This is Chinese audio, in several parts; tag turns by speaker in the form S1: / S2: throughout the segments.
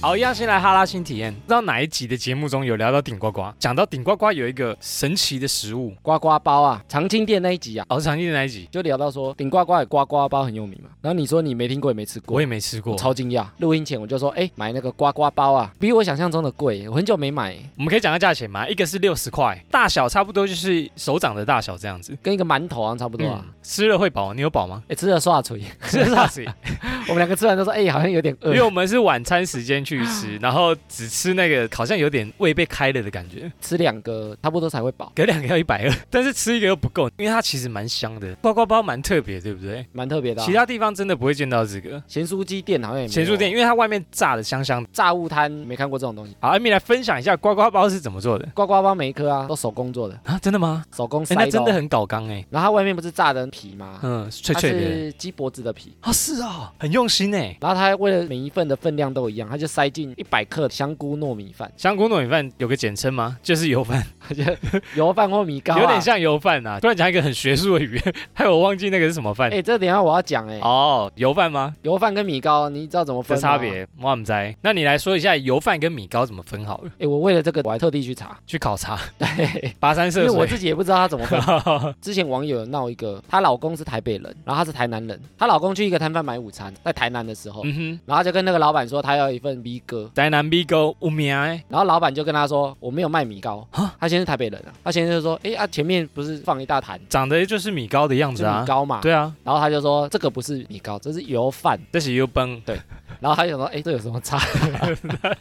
S1: 好，一样先来哈拉新体验。不知道哪一集的节目中有聊到顶呱呱，讲到顶呱呱有一个神奇的食物，
S2: 呱呱包啊，常青店那一集啊，
S1: 哦，是常见的哪一集？
S2: 就聊到说顶呱呱也呱呱包很有名嘛，然后你说你没听过也没吃过
S1: 我，也没吃过
S2: 我。超惊讶。录音前我就说，哎，买那个呱呱包啊，比我想象中的贵，我很久没买，
S1: 我们可以讲个价钱吗？一个是六十块，大小差不多就是手掌的大小这样子。
S2: 跟一个馒头好像差不多啊。
S1: 嗯，吃了会饱，你有饱 吗？
S2: 哎，吃了刷嘴，
S1: 吃了啥 子？
S2: 我们两个吃完都说，哎，好像有点
S1: 因为
S2: 饿，
S1: 我们是晚餐时间去 吃，然后只吃那个，好像有点胃被开了的感觉。
S2: 吃两个差不多才会饱，
S1: 隔两个要一百二， 但是吃一个又不够，因为它其实蛮香的，呱呱包蛮特别，对不对？
S2: 蛮特别的啊。
S1: 其他地方真的不会见到这个
S2: 咸酥鸡店好像也没有啊
S1: 咸酥店，因为它外面炸的香香的。
S2: 炸物摊没看过这种东西，
S1: 好，艾米来分享一下呱呱包是怎么做的
S2: 呱呱包每一颗啊都手工做的，
S1: 啊？真的吗？
S2: 手工
S1: 哎、
S2: 塞
S1: 那真
S2: 肉
S1: 的很搞刚哎、
S2: 然后它外面不是炸的皮吗？
S1: 嗯，脆
S2: 它
S1: 脆的
S2: 是鸡脖子的皮，
S1: 啊、是哦，很用心哎、
S2: 然后它为了每一份的分量都一样，它就塞进一百克香菇糯米饭，
S1: 香菇糯米饭有个简称吗？ 就是油饭，
S2: 就油饭或米糕、啊，
S1: 有点。像油饭啊。突然讲一个很学术的语言， 害我忘记那个是什么饭。
S2: 哎、这等一下我要讲哎、
S1: 哦，油饭吗？
S2: 油饭跟米糕，你知道怎么
S1: 这
S2: 分吗
S1: 差？别，我们在。那你来说一下油饭跟米糕怎么分好了？
S2: 哎、我为了这个我还特地去查，
S1: 去考察，
S2: 对，
S1: 跋山
S2: 因
S1: 涉
S2: 为我
S1: 水。
S2: 自己也不知道它 怎么分。之前网友有闹一个，她老公是台北人，然后她是台南人，她老公去一个摊贩买午餐，在台南的时候，
S1: 嗯哼，
S2: 然后就跟那个老板说他要一份米糕，
S1: 台南米糕有名的，
S2: 然后老板就跟他说我没有卖米糕
S1: 啊，
S2: 他先是台北人啊，他先就说哎啊前面不是放一大坛
S1: 长得就是米糕的样
S2: 是
S1: 子啊
S2: 米。糕嘛，
S1: 对啊，
S2: 然后他就说这个不是米糕，这是油饭，
S1: 这是油崩，
S2: 然后他就想说哎这有什么差？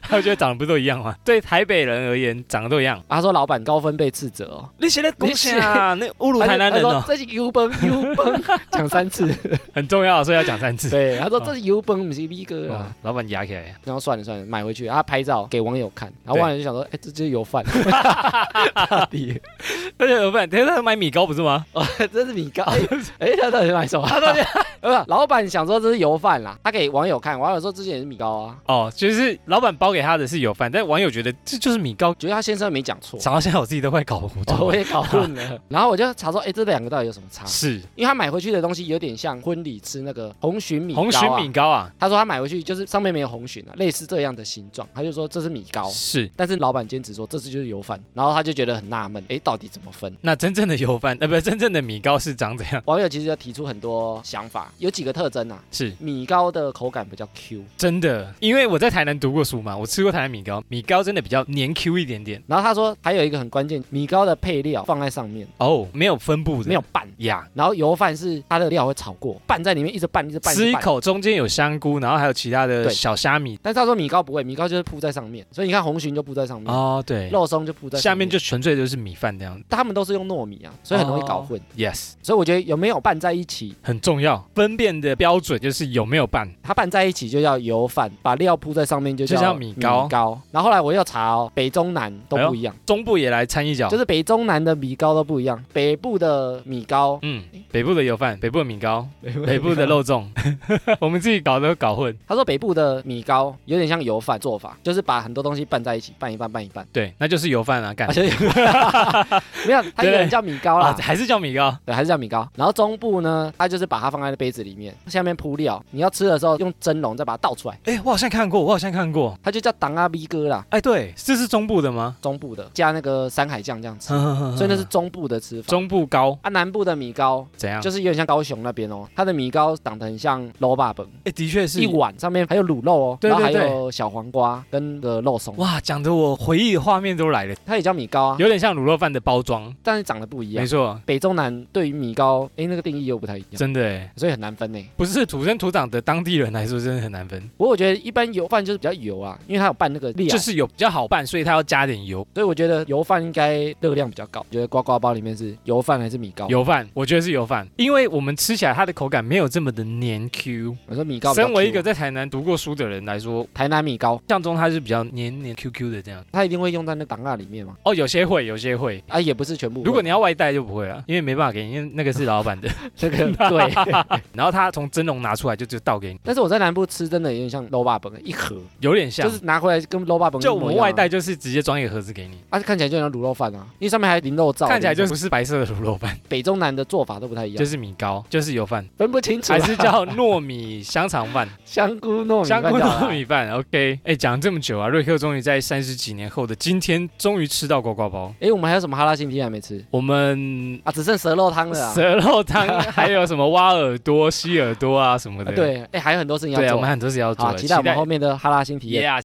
S1: 他觉得长得不都一样吗？对台北人而言，长得都一样。
S2: 他说老板高分被斥责哦。
S1: 你写的
S2: 恭喜啊，
S1: 那侮辱
S2: 他就
S1: 台南人
S2: 他
S1: 哦
S2: 说，这是油崩 油崩，讲三 次。
S1: 很重要，所以要讲三次。哦
S2: 对，他说这是油崩，不是米糕啊。
S1: 哇老板压起 来，
S2: 然后算了算了，买回去，他啊拍照给网友看，然后网友就想说，哎，这就是油饭，到底
S1: 而且油饭，等一下他买米糕不是吗？
S2: 这是米糕，哎， 哎他到底买什么？他 到底呃，老板想说这是油饭啊啦，他给网友看，网友说之前也是米糕啊，
S1: 哦，就是老板包给他的是油饭，但网友觉得这就是米糕。
S2: 觉得他先生没讲错，
S1: 想到现在我自己都快搞糊
S2: 哦
S1: 涂
S2: 我
S1: 了。
S2: 也搞混 了。然后我就查说，哎，这两个到底有什么差？
S1: 是
S2: 因为他买回去的东西有点像婚礼吃那个红鲟米糕、啊，
S1: 红鲟米糕啊，
S2: 他说他买回去就是上面没有红鲟啊，类似这样的形状，他就说这是米糕。
S1: 是。
S2: 但是老板坚持说这次就是油饭，然后他就觉得很纳闷，哎，到底怎么分？
S1: 那真正的油饭，呃，不是真正的米糕是长怎样？
S2: 网友其实就提出很多想法，有几个特征啊，
S1: 是
S2: 米糕的口感比较 Q，
S1: 真的，因为我在台南读过书嘛，我吃过台南米糕，米糕真的比较黏 Q 一点点
S2: 然后他说还有一个很关键，米糕的配料放在上面
S1: 哦，没有分布的，
S2: 没有拌，
S1: 呀。
S2: 然后油饭是它的料会炒过，拌在里面一直拌一直拌，
S1: 吃
S2: 直
S1: 一
S2: 拌。
S1: 口，中间有香菇，然后还有其他的
S2: 对
S1: 小虾米。
S2: 但是他说米糕不会，米糕就是铺在上面，所以你看红鲟就铺在上面，
S1: 哦，对，
S2: 嗯肉松就铺在
S1: 下
S2: 上
S1: 面就哦纯粹就是米饭这样。
S2: 他们都是用糯米啊，所以很容易搞混。
S1: Yes，
S2: 所以我觉得有没有拌在一起，
S1: 很重要。分辨的标准就是有没有拌。
S2: 它拌在一起就叫油饭，把料铺在上面就
S1: 就叫
S2: 叫
S1: 米糕哎
S2: 糕。然后后来我又查哦，北中南都不一样，
S1: 中部也来掺一脚，
S2: 就是北中南的米糕都不一样。北部的米糕，
S1: 嗯，北部的油饭，北部的米 糕，北部的，肉粽，我们自己搞都搞混。
S2: 他说北部的米糕有点像油饭做法，就是把很多东西拌在一起，拌一拌，拌一拌。
S1: 对，那就是油饭啊，干
S2: 而。且 没有，它有人叫米糕
S1: 啊，
S2: 啦，
S1: 还是叫米糕，
S2: 对，还是叫米糕。然后中部呢，它就是把它放在杯子里面，下面铺料，你要吃的时候用蒸笼再把它倒出来，
S1: 哎、我好像看过，我好像看过，
S2: 它就叫党阿咪哥啦。
S1: 哎、对，这是中部的吗？
S2: 中部的加那个山海酱这样吃，所
S1: 所
S2: 以那是中部的吃法。
S1: 中部糕
S2: 啊，南部的米糕
S1: 怎样？
S2: 就是有点像高雄那边哦，它的米糕长得很像萝卜本，
S1: 哎、的确是
S2: 一碗上面还有卤肉哦，
S1: 对
S2: 然后还
S1: 对对
S2: 有小黄瓜跟个肉松，
S1: 哇，讲的我回忆的画面都来了，
S2: 它也叫米糕啊，
S1: 有点像卤肉饭的包装，
S2: 但是长得不一样
S1: 没。错，
S2: 北中南对于米糕，哎，那个定义又不太一样，
S1: 真的哎，
S2: 所以很难分呢。
S1: 不是土生土长的当地人来说，真的很难分，
S2: 不过我觉得一般油饭就是比较油啊，因为它有拌那个料，
S1: 就是有比较好办，所以他要加点油。
S2: 所以我觉得油饭应该热量比较高。我觉得呱呱包里面是油饭还是米糕？
S1: 油饭，我觉得是油饭，因为我们吃起来它的口感没有这么的黏 Q。
S2: 我说米糕比较 Q 啊。
S1: 身为一个在台南读过书的人来说，
S2: 台南米糕，
S1: 印象中它是比较黏黏 Q Q 的这样。
S2: 它一定会用在那档案里面嘛？
S1: 哦，有些会，有些会。
S2: 啊，也不是全部会。
S1: 如果你要外带就不会了，因为没办法给你，因为 那个是老板的。
S2: 这个对，
S1: 然后他从蒸笼拿出来就就倒给你。
S2: 但是我在南部吃真的有点像 low 爸本，一盒
S1: 有点像，
S2: 就
S1: 就是
S2: 是拿回来跟 low 爸本
S1: 我们外带，就是直接装一个盒子给你，
S2: 它、啊、啊看起来就像卤肉饭啊，因为上面还淋肉燥，
S1: 看起来就不是白色的卤肉饭，
S2: 北中南的做法都不太一样，
S1: 就是米糕，就是油饭，
S2: 分不清楚、啊
S1: 还。是叫糯米香肠饭、
S2: 香菇糯米
S1: 香
S2: 饭
S1: 菇
S2: 叫啊
S1: 糯米饭。OK，哎，讲这么久啊，瑞克终于在三十几年后的今天，终于吃到呱呱包。
S2: 哎、我们还有什么哈拉星批还没吃
S1: 我们
S2: 啊？只剩蛇肉汤了啊！
S1: 蛇肉汤，还有什么挖耳朵、吸耳朵啊什么
S2: 啊
S1: 的。
S2: 对，哎、还有很多事情要
S1: 对啊，我
S2: 做
S1: 们。很多事要做
S2: 好，
S1: 的，
S2: 期待我们后面的哈拉星体验。
S1: Yeah，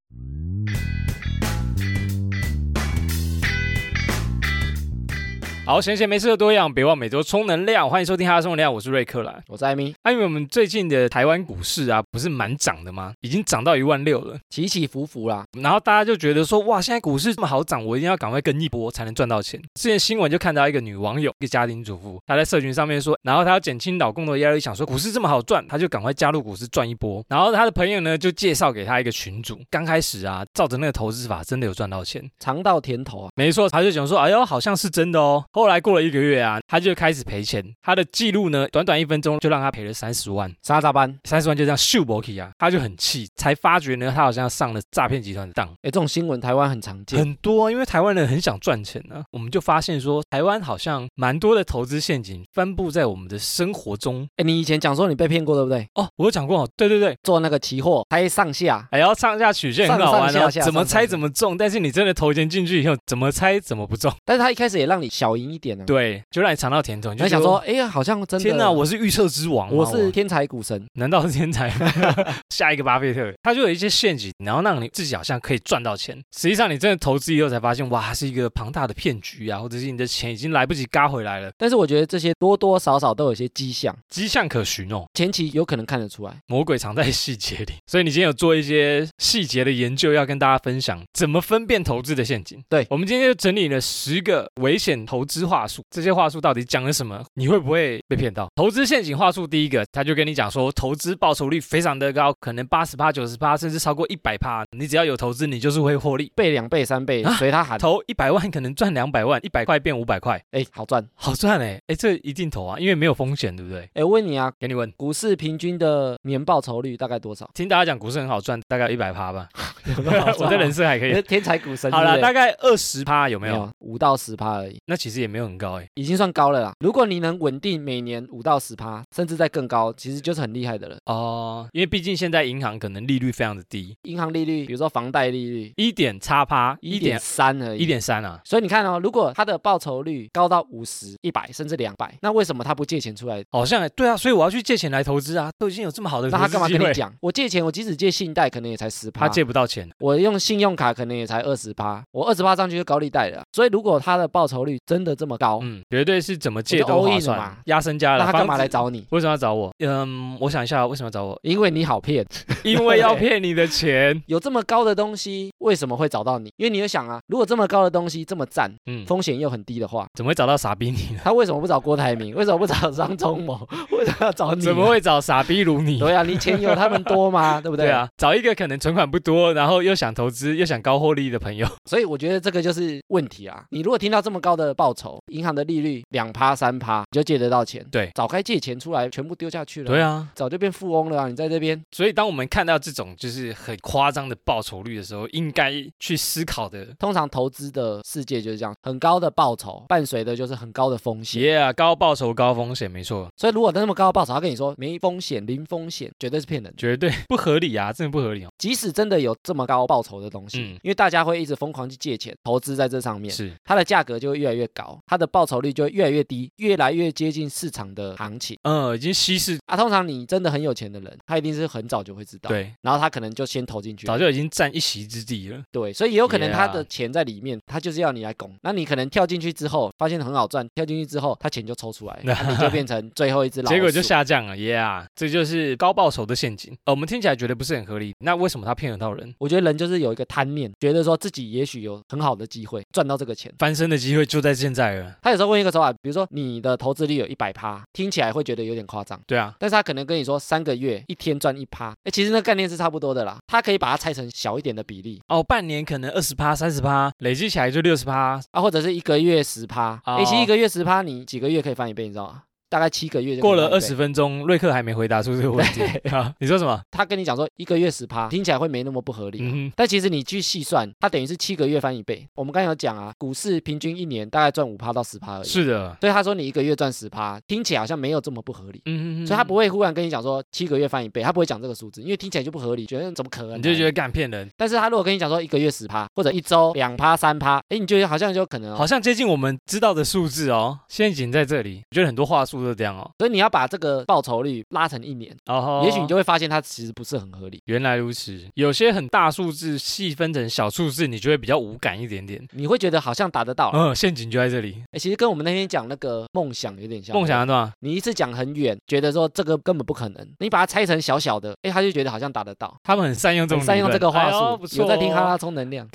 S1: 好，闲闲没事的多样，别忘每周充能量。欢迎收听《哈拉充能量》，我是瑞克啦。
S2: 我是艾米，
S1: 那、因为我们最近的台湾股市啊，不是蛮涨的吗？已经涨到一万六了。
S2: 起起伏伏啦，
S1: 然后大家就觉得说，哇，现在股市这么好涨，我一定要赶快跟一波才能赚到钱。之前新闻就看到一个女网友，一个家庭主妇，她在社群上面说，然后她要减轻老公的压力，想说股市这么好赚，她就赶快加入股市赚一波。然后她的朋友呢就介绍给她一个群主，刚开始啊，照着那个投资法真的有赚到钱，
S2: 尝到甜头啊，
S1: 没错，她就想说，哎呦，好像是真的哦。后来过了一个月啊，她就开始赔钱，她的记录呢，短短一分钟就让她赔了三十万。
S2: 沙扎班。
S1: 三十万就这样秀博起啊，她就很气，才发觉呢，她好像上了诈骗集团的当。
S2: 哎、这种新闻台湾很常见，
S1: 很多，啊因为台湾人很想赚钱啊。我们就发现说，台湾好像蛮多的投资陷阱分布在我们的生活中。
S2: 哎、你以前讲说你被骗过对不对？
S1: 哦，我有讲过，哦，对对对，哎
S2: 做那个期货，猜上下，
S1: 还要上下曲线很好玩
S2: 上
S1: 哦
S2: 上下，下
S1: 怎么
S2: 上
S1: 猜
S2: 下
S1: 怎么中，但是你真的投钱进去以后，怎么猜怎么不 中，
S2: 但是他一开始也让你小赢一点呢、啊。，
S1: 对，就让你尝到甜头。你
S2: 你
S1: 就
S2: 还想
S1: 觉
S2: 说，
S1: 得，
S2: 哎、呀，好像真的。
S1: 天哪，我啊是预测之王吗，
S2: 我是天才股神，
S1: 难道是天才？ 下一个巴菲特，他就有一些陷阱，然后让你自己好像可以赚到钱。实际上，你真的投资以后才发现，哇，它是一个庞大的骗局啊，或者是你的钱已经来不及嘎回来了，
S2: 但是我觉得这些多多少少都有一些迹象，
S1: 迹象可循哦。
S2: 前期有可能看得出来。
S1: 魔鬼藏在细节里， 所以你今天有做一些细节的研究，要跟大家分享怎么分辨投资的陷阱。
S2: 对
S1: 我们今天就整理了十个危险投资话术，这些话术到底讲了什么？你会不会被骗到？投资陷阱话术第一个，他就跟你讲说，投资报酬率非常的高，可能八十趴、九十趴，甚至超过一百趴。你只要有投资，你就是会获利。
S2: 倍两倍三倍，
S1: 啊
S2: 随他喊，
S1: 投一百万可能赚两百万，一百块变五百块，
S2: 哎、好赚。
S1: 好赚哎！哎，这一定投啊，因为没有风险，对不对？
S2: 哎、我问你啊，
S1: 给你问，
S2: 股市平均的年报酬率大概多少？
S1: 听大家讲股市很好赚，大概一百趴吧。 我
S2: 我
S1: 的 人设还可以。
S2: 天才股神。
S1: 好了，大
S2: 概
S1: 概二十趴有没
S2: 没
S1: 有？
S2: 有五到十趴而已，
S1: 那其实也没有很高哎、
S2: 已经算高了啦。如果你能稳定每年五到十趴，甚至再更高，其实就是很厉害的了。
S1: 哦，因为毕竟现在银行可能利率非常的低，
S2: 银行利率，比如说房贷利率，
S1: 一点差趴，一
S2: 一
S1: 点
S2: 点三而
S1: 一
S2: 已。
S1: 点三啊。
S2: 所以你看哦，如果它的报酬率高到五十、一百甚至两百，那为什么他不借钱出来？
S1: 好像对啊，所以我要去借钱来投资啊，都已经有这么好的
S2: 那
S1: 投
S2: 他
S1: 资
S2: 干嘛
S1: 机
S2: 跟你
S1: 会，
S2: 讲？啊我借钱，我即使借信贷，可能也才十趴。
S1: 他借不到钱，
S2: 我用信用卡可能也才二十趴，我二十趴上去就高利贷了啊。所以如果它的报酬率真的这么高，
S1: 嗯，绝对是怎么借
S2: 哦我就
S1: 都
S2: all in
S1: 划
S2: 了
S1: 算
S2: 嘛，
S1: 压身家
S2: 那
S1: 了。
S2: 他干嘛
S1: 房子
S2: 来？找你？？
S1: 为什么要找我？嗯，我想一下，为什么要找我
S2: 因为你好骗，
S1: 因为要骗你的 钱。
S2: 有这么高的东西，为什么会找到你？因为你会想啊，如果这么高的东西这么赞，
S1: 嗯，
S2: 风险又很低的话，
S1: 怎么会找到傻逼你呢？
S2: 他为什么不找郭台铭？为什么不找张忠谋？ 为什么要找你？
S1: 怎么？会找傻逼如你？
S2: 啊对啊，你钱有他们多吗？对不对？
S1: 对。啊，找一个可能存款不多，然后又想投资又想高获利的朋友。
S2: 所以我觉得这个就是问题啊。你如果听到这么高的报酬，银行的利率两趴三趴，你就借得到钱。
S1: 对
S2: 早该借钱出来，全部丢下去了。
S1: 对。啊，
S2: 早就变富翁了啊！你在这边，
S1: 所以，当我们看到这种就是很夸张的报酬率的时候，应该去思考的。
S2: 通常投资的世界就是这样，很高的报酬伴随的就是很高的风险。
S1: Yeah，高啊报酬高风险，没错，
S2: 所以如果那么高的报酬，他跟你说没风险、零风险，绝对是骗人的。
S1: 绝对不合理啊，真的不合理哦。
S2: 即使真的有这么高报酬的东西，
S1: 嗯
S2: 因为大家会一直疯狂去借钱投资在这上面，
S1: 是，
S2: 它的价格就会越来越高，它的报酬率就会越来越低，越来越接近市场的行情。
S1: 嗯，已经稀释，
S2: 啊，通常你真的很有钱的人，他一定是很早就会知道，，
S1: 对，
S2: 然后他可能就先投进去，
S1: 早就已经占一席之地了。
S2: 对，所以也有可能
S1: Yeah
S2: 他的钱在里面，他就是要你来拱。那你可能跳进去之后，发现很好赚，跳进去之后，他钱就抽出来，那你就变成最后一只老鼠。
S1: 结果就下降了，Yeah，这就是高报酬的陷阱。呃，我们听起来觉得不是很合理，那为什么他骗得到人？
S2: 我觉得人就是有一个贪念，觉得说自己也许有很好的机会赚到这个钱。
S1: 翻身的机会就在现在了。
S2: 他有时候问一个说法，比如说你的投资率有一百趴，听起来会觉得有点夸张，
S1: 对啊，
S2: 但是他可能跟你说三个月一天赚一趴，哎，其实那概念是差不多的啦。他可以把它拆成小一点的比例
S1: 哦，半年可能二十趴、三十趴，累积起来就六十趴。
S2: 啊，或者是一个月十趴，
S1: 哦
S2: 哎，其实一个月十趴，你几个月可以翻一倍，你知道吗？大概七个月就可以
S1: 过了
S2: 翻
S1: 二
S2: 一倍
S1: 十分钟，瑞克还没回答出这个问题 啊？你说什么？
S2: 他跟你讲说一个月十趴，听起来会没那么不合理啊、
S1: 嗯哼，
S2: 但其实你去细算，它等于是七个月翻一倍。我们刚才有讲啊，股市平均一年大概赚五趴到十趴而已。
S1: 是的，
S2: 所以他说你一个月赚十趴，听起来好像没有这么不合理。
S1: 嗯哼，
S2: 所以他不
S1: 会，
S2: 会忽然跟你讲说七个月翻一倍，他不会讲这个数字，因为听起来就不合理，觉得怎么可能？
S1: 你就觉
S2: 得，
S1: 得干骗人，
S2: 但是他如果跟你讲说一个月十趴，或者一周两趴三趴，哎，你觉得好像就可能、哦。
S1: 好像接近我们知道的数字哦。陷阱在这里，我觉得很多话术都这样哦。
S2: 所以你要把这个报酬率拉成一年，
S1: 哦，
S2: 也许你就会发现它其实不是很合理。
S1: 原来如此，有些很大数字细分成小数字，你就会比较无感一点点。
S2: 你会觉得好像达得到啦，
S1: 嗯，陷阱就在这里。
S2: 哎，其实跟我们那天讲那个梦想有点像。
S1: 梦想，啊的话，
S2: 你一次讲很远，觉得说这个根本不可能，你把它拆成小小的，哎，他就觉得好像达得到。
S1: 他们很善用这
S2: 很
S1: 种
S2: 善用
S1: 理
S2: 这
S1: 论
S2: 个话
S1: 哎呦
S2: 术
S1: 不，错
S2: 有在听
S1: 哦
S2: 哈拉充能量，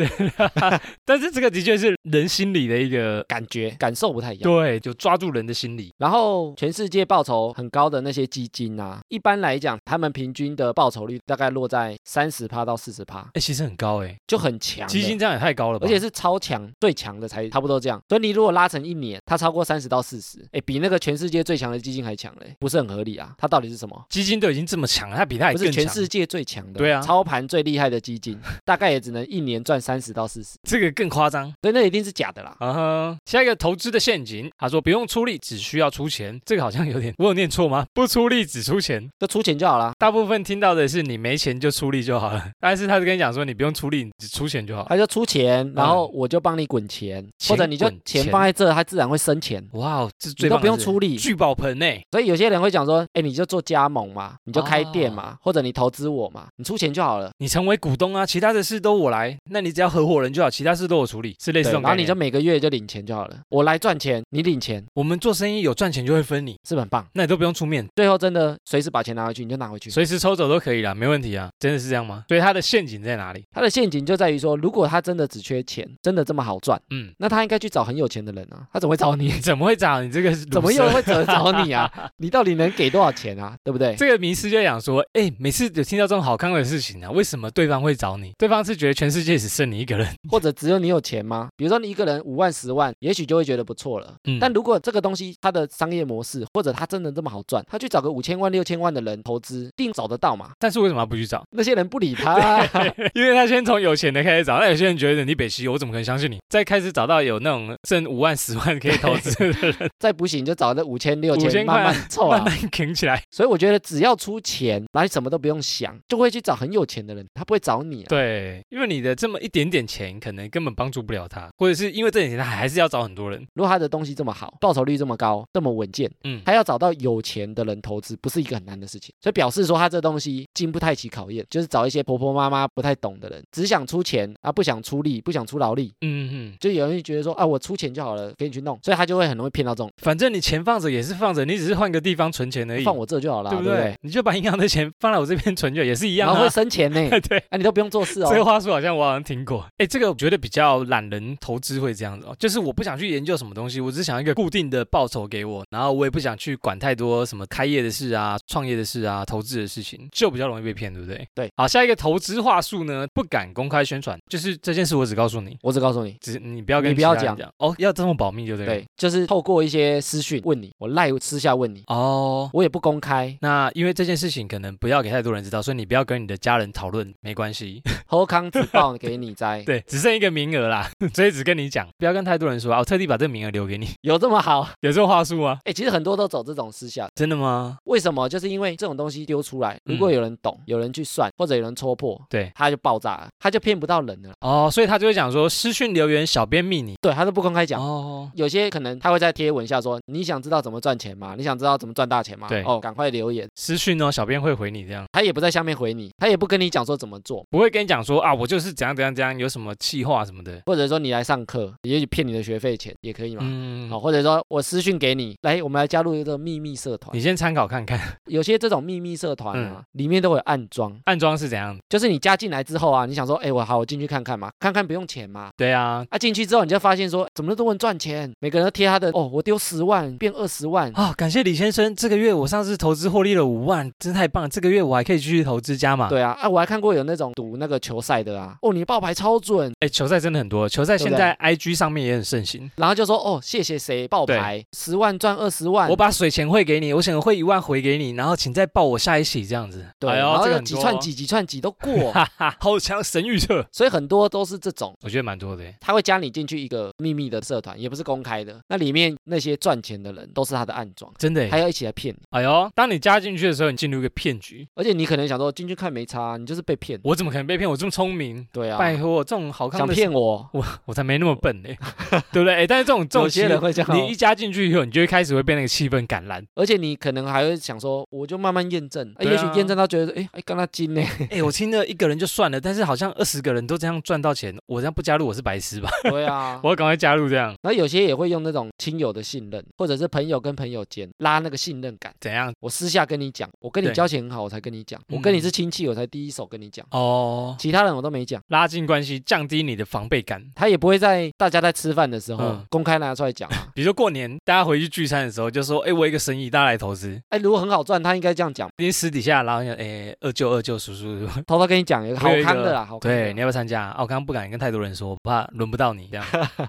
S1: 但是这个的确是人心里的一个，
S2: 感觉感受不太一样。
S1: 对，就抓住人的心理。
S2: 然后全世界报酬很高的那些基金啊，一般来讲，他们平均的报酬率大概落在三十趴到四十趴，
S1: 哎，其实很高哎，
S2: 就很强了。
S1: 基金这样也太高了吧？
S2: 而且是超强最强的才差不多这样，所以你如果拉成一年，它超过三十到四十，哎，比那个全世界最强的基金还强嘞，不是很合理啊？它到底是什么？
S1: 基金都已经这么强了，他比他还
S2: 不
S1: 更
S2: 是
S1: 强。
S2: 全世界最强的，
S1: 对啊
S2: 操盘最厉害的基金，大概也只能一年赚三十到四十，
S1: 这个更夸张。
S2: 所以那一定是假的啦。
S1: 啊哈，下一个投资的陷阱，他说不用出力，只需要出钱。这个好像有点，我有念错吗？ 不出力只出钱，
S2: 就出钱就好啦，
S1: 大部分听到的是你没钱就出力就好了， 但是他是跟你讲说你不用出力，你只出钱就好了。
S2: 他就出钱，然后
S1: 嗯
S2: 我就帮你滚钱，
S1: 钱
S2: 或者你就
S1: 滚
S2: 钱
S1: 钱
S2: 放在这，它自然会生钱。
S1: 哇哦，这
S2: 你
S1: 最
S2: 都
S1: 棒
S2: 不
S1: 的
S2: 用
S1: 是
S2: 出力，
S1: 聚宝盆呢、
S2: 所以有些人会讲说，哎，你就做加盟嘛，你就开店
S1: 哦
S2: 嘛，或者你投资我嘛，你出钱就好了。
S1: 你成为股东啊，其他的事都我来，那你只要合伙人就好，其他事都我处理，是类似这
S2: 对
S1: 种
S2: 然
S1: 概
S2: 后你
S1: 念。
S2: 就每个月就领钱就好了，我来赚钱，你领钱，
S1: 我们做生意有赚钱就会分你，
S2: 是不是很棒？
S1: 那你都不用出面，
S2: 最后真的随时把钱拿回去，你就拿回去。
S1: 随时抽走都可以啦，没问题啊，真的是这样吗？所以它的陷阱在哪里？
S2: 他的陷阱就在于说，如果他真的只缺钱，真的这么好赚，
S1: 嗯，
S2: 那他应该去找很有钱的人啊，他怎么会找你？
S1: 怎么会找你这个？
S2: 怎么又？会找找你啊？你到底能给多少钱啊？对不对？
S1: 这个迷思就在讲说，哎，每次有听到这种好康的事情啊，为什么对方会找你？对方是觉得全世界只剩你一个人，
S2: 或者只有你有钱吗？比如说你一个人五万、十万，也许就会觉得不错了。
S1: 嗯
S2: 但如果这个东西它的商业模式，或者它真的这么好赚，他去找个五千万、六千万的人投资，一定找得到嘛？
S1: 但是为什么要不去找？
S2: 那些人不理他啊、
S1: 因为他先从有钱的开始找，那有些人觉得你北西，我怎么可能相信你？再开始找到有那种挣五万、十万可以投资 的人，
S2: 再不行就找那五千、六
S1: 5000
S2: 千，慢慢凑啊
S1: 慢。慢挺起来。
S2: 所以我觉得只要出钱，然后什么都不用想，就会去找很有钱的人，他不会找你、啊。
S1: 对，因为你的这么一点点钱，可能根本帮助不了他，或者是因为这点钱，他还是要找很多人。
S2: 如果他的东西这么好，报酬率这么高，这么稳健，
S1: 嗯，
S2: 他要找到有钱的人投资，不是一个很难的事情。所以表示说他这东西经不太起考验，就是找一些婆婆妈妈不太懂的人，只想出钱啊，不想出力，不想出劳力。
S1: 嗯嗯，
S2: 就有人觉得说啊，我出钱就好了，给你去弄，所以他就会很容易骗到这种，
S1: 反正你钱放着也是放着，你只是换个地方存钱而已，
S2: 放我这就好了啊，
S1: 哎对
S2: 对
S1: 不
S2: 不对？
S1: 你就把银行的钱放到我这边存就也是一样
S2: 然后
S1: 啊
S2: 会。生 钱呢，
S1: 对，
S2: 啊，你都不用做事
S1: 这个
S2: 哦。
S1: 话术好像我好像听过。哎，这个我觉得比较懒人投资会这样子哦，就是我不想去研究什么东西，我只想要一个固定的报酬给我，然后我也不想去管太多什么开业的事啊、创业的事啊、投资的事情，就比较容易被骗，对不对？
S2: 对。
S1: 好，下一个投资话术呢，不敢公开宣传，就是这件事我只告诉你。
S2: 我只告诉你，
S1: 只你不要跟
S2: 你不要
S1: 其他人
S2: 讲
S1: 哦，要这么保密就对了。
S2: 对，就是透过一些私讯问你，我赖私下问你，
S1: 哦，
S2: 我也不公开，
S1: 那因为这件事情可能不要给太多人知道，所以你不要跟你的家人讨论，没关系。
S2: 偷康自爆给你摘，
S1: 对，只剩一个名额啦， 所以只跟你讲，不要跟太多人说啊。我特地把这个名额留给你，
S2: 有这么好？
S1: 有这种话术吗？
S2: 哎、其实很多都走这种私下，
S1: 真的吗？
S2: 为什么？就是因为这种东西丢出来，如果
S1: 嗯
S2: 有人懂，有人去算，或者有人戳破，
S1: 对
S2: 它就爆炸了，它就骗不到人了。
S1: 哦，所以他就会讲说私讯留言，小编密你
S2: 对，他都不公开讲。
S1: 哦。
S2: 有些可能他会在贴文下说：“你想知道怎么赚钱吗？你想知道怎么赚大钱吗？”
S1: 对
S2: 哦，赶快留言。
S1: 私讯哦，小编会回你这样，
S2: 他也不在下面回你，他也不跟你讲说怎么做，
S1: 不会跟你讲说啊，我就是怎样怎样怎样，有什么气话什么的。
S2: 或者说你来上课，也许骗你的学费钱也可以嘛。哦
S1: 嗯，
S2: 好，，或者说我私讯给你，来，我们来加入一个秘密社团
S1: 你。先参考看看，
S2: 有些这种秘密社团啊，
S1: 嗯
S2: 里面都会有暗装，
S1: 暗装是怎样？
S2: 就是你加进来之后啊，你想说，哎，我好，我进去看看嘛，看看不用钱嘛，
S1: 对啊，
S2: 啊，进去之后你就发现说，怎么那么多人赚钱？每个人都贴他的哦，我丢十万变二十万，
S1: 啊、感谢李先生，这个月我上次投资获利了五万，真太棒了！这个月我还可以继续投资加码。，
S2: 对啊，啊，我还看过有那种赌那个球赛的啊，哦，你爆牌超准，
S1: 哎，球赛真的很多，球赛
S2: 对不
S1: 现
S2: 对
S1: 在 IG 上面也很盛行。
S2: 然后就说哦，谢谢谁爆牌，十万赚二十十万，
S1: 我把水钱汇给你，我想汇一万回给你，然后请再报我下一期这样子。
S2: 对，
S1: 哎呦
S2: 然后
S1: 这个
S2: 就
S1: 很
S2: 几
S1: 多
S2: 串
S1: 哦
S2: 几几串几都过，
S1: 哈哈，啊好强神预测，
S2: 所以很多都是这种。
S1: 我觉得蛮多的耶。
S2: 他会加你进去一个秘密的社团，也不是公开的。那里面那些赚钱的人都是他的暗装，
S1: 真的耶，
S2: 他要一起来骗你。
S1: 哎呦！当你加进去的时候，你进入一个骗局。
S2: 而且你可能想说进去看没差，啊你就是被骗。
S1: 我怎么可能被骗？我这么聪明，
S2: 对啊，
S1: 拜托，这种好看
S2: 想
S1: 的，
S2: 骗我，
S1: 我才没那么笨呢， 对不对？哎，但是这 种这
S2: 有
S1: 种
S2: 些人
S1: 其
S2: 会这
S1: 实
S2: 样哦
S1: 你一。加进去以后，你就会开始会被那个气氛感染。
S2: 而且你可能还会想说，我就慢慢验证，哎
S1: 对啊
S2: 也许验证到觉得，哎，哎，跟他金呢，
S1: 哎，我听了一个人就算了，但是好像二十个人都这样赚到钱，我这样不加入我是白痴吧？
S2: 对啊。
S1: 我要赶快加入这样，
S2: 然后有些也会用那种亲友的信任，或者是朋友跟朋友间拉那个信任感。
S1: 怎样？
S2: 我私下跟你讲，我跟你
S1: 对嗯
S2: 交情很好，我才跟你讲，我跟你是亲戚，我才第一手跟你讲，
S1: 哦，
S2: 其他人我都没讲。
S1: 拉近关系，降低你的防备感。
S2: 他也不会在大家在吃饭的时候
S1: 嗯
S2: 公开拿出来讲啊。
S1: 比如说过年大家回去聚餐的时候，就说：“哎，我有一个生意，大家来投资。”
S2: 哎，如果很好赚，他应该这样讲，
S1: 因为私底下，然后想，哎，二舅二舅叔叔，叔
S2: 偷偷跟你讲，有个好
S1: 我有一个
S2: 康的啦，好康的啦
S1: 对，你要不要参加？啊，我刚刚不敢跟太多人说，我怕轮不到你 这样。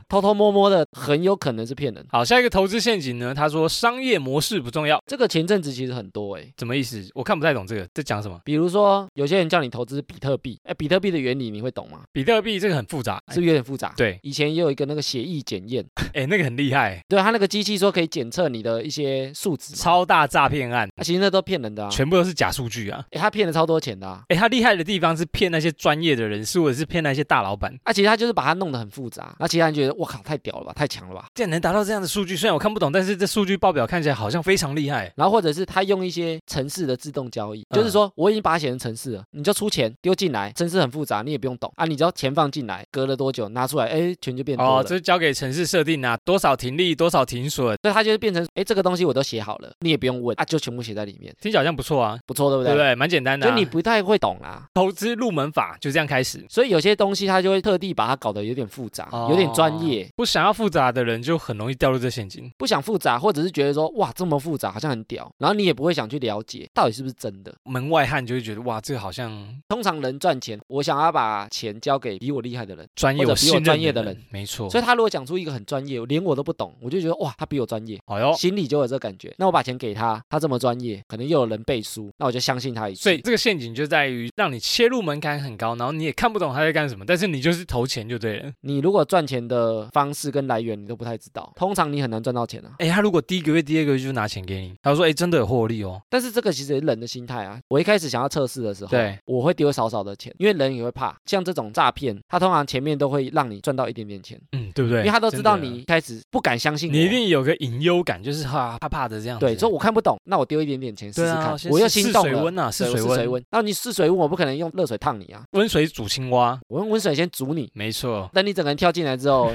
S2: 偷偷摸摸的，很有可能是骗人。
S1: 好，下一个投资陷阱呢？他说商业模式不重要，
S2: 这个前阵子其实很多哎、
S1: 什么意思？我看不太懂这个在讲什么。
S2: 比如说有些人叫你投资比特币，哎，比特币的原理你会懂吗？
S1: 比特币这个很复杂，
S2: 是不是有点复杂？
S1: 哎对，
S2: 以前也有一个那个协议检验，
S1: 哎，那个很厉害，
S2: 对他那个机器说可以检测你的一些数值嘛，
S1: 超大诈骗案，
S2: 啊，其实那都骗人的啊，
S1: 全部都是假数据啊。
S2: 哎，他骗了超多钱的啊，
S1: 哎，他厉害的地方是骗那些专业的人士，或者是骗那些大老板。
S2: 啊，其实他就是把它弄得很复杂，那其他人觉得哇靠，太屌了吧，太强了吧，
S1: 竟然能达到这样的数据，虽然我看不懂，但是这数据报表看起来好像非常厉害。
S2: 然后或者是他用一些城市的自动交易，
S1: 嗯
S2: 就是说我已经把它写成城市了，你就出钱丢进来，城市很复杂，你也不用懂啊，你只要钱放进来，隔了多久拿出来，哎，钱就变多了。
S1: 哦，这交给城市设定啊，多少停利，多少停损，
S2: 所以它就是变成，哎，这个东西我都写好了，你也不用问啊，就全部写在里面，
S1: 听起来好像不错啊，
S2: 不错，对不
S1: 对
S2: 对？
S1: 不对？蛮简单的、啊。
S2: 就你不太会懂啦，
S1: 投资入门法就这样开始。
S2: 所以有些东西它就会特地把它搞得有点复杂，
S1: 哦
S2: 有点专业，
S1: 不想要复杂的人就很容易掉入这陷阱。
S2: 不想复杂，或者是觉得说哇这么复杂好像很屌，然后你也不会想去了解到底是不是真的。
S1: 门外汉就会觉得哇，这个好像
S2: 通常人赚钱，我想要把钱交给比我厉害的人，
S1: 专业
S2: 或者比我
S1: 信任
S2: 专业的
S1: 的
S2: 人，
S1: 没错。
S2: 所以他如果讲出一个很专业，连我都不懂，我就觉得哇他比我专业，
S1: 好哟，
S2: 心里就有这感觉。那我把钱给他，他这么专业，可能又有人背书，那我就相信他一次
S1: 所。以这个陷阱就在于让你切入门槛很高，然后你也看不懂他在干什么，但是你就是投钱就对了。
S2: 你如果赚钱的方式跟来源你都不太知道，通常你很难赚到钱啊。
S1: 哎，他如果第一个月、第二个月就拿钱给你，他说哎，真的有获利哦。
S2: 但是这个其实也是人的心态啊。我一开始想要测试的时候，
S1: 对，
S2: 我会丢少少的钱，因为人也会怕。像这种诈骗，他通常前面都会让你赚到一点点钱，
S1: 嗯，对不对？
S2: 因为他都知道
S1: 真的
S2: 你一开始不敢相信我
S1: 你一定有个隐忧感，就是哈怕怕的这样子。
S2: 对，说我看不懂，那我丢一点点钱试
S1: 对
S2: 试
S1: 啊
S2: 看，，
S1: 先
S2: 我又
S1: 试
S2: 心
S1: 试
S2: 动
S1: 水
S2: 了。
S1: 温啊，试
S2: 对我
S1: 水
S2: 试
S1: 温，
S2: 水温，那你试水温，我不可能用热水烫你啊！
S1: 温水煮青蛙，
S2: 我用温水先煮你，
S1: 没错。
S2: 等你整个人跳进来之 后，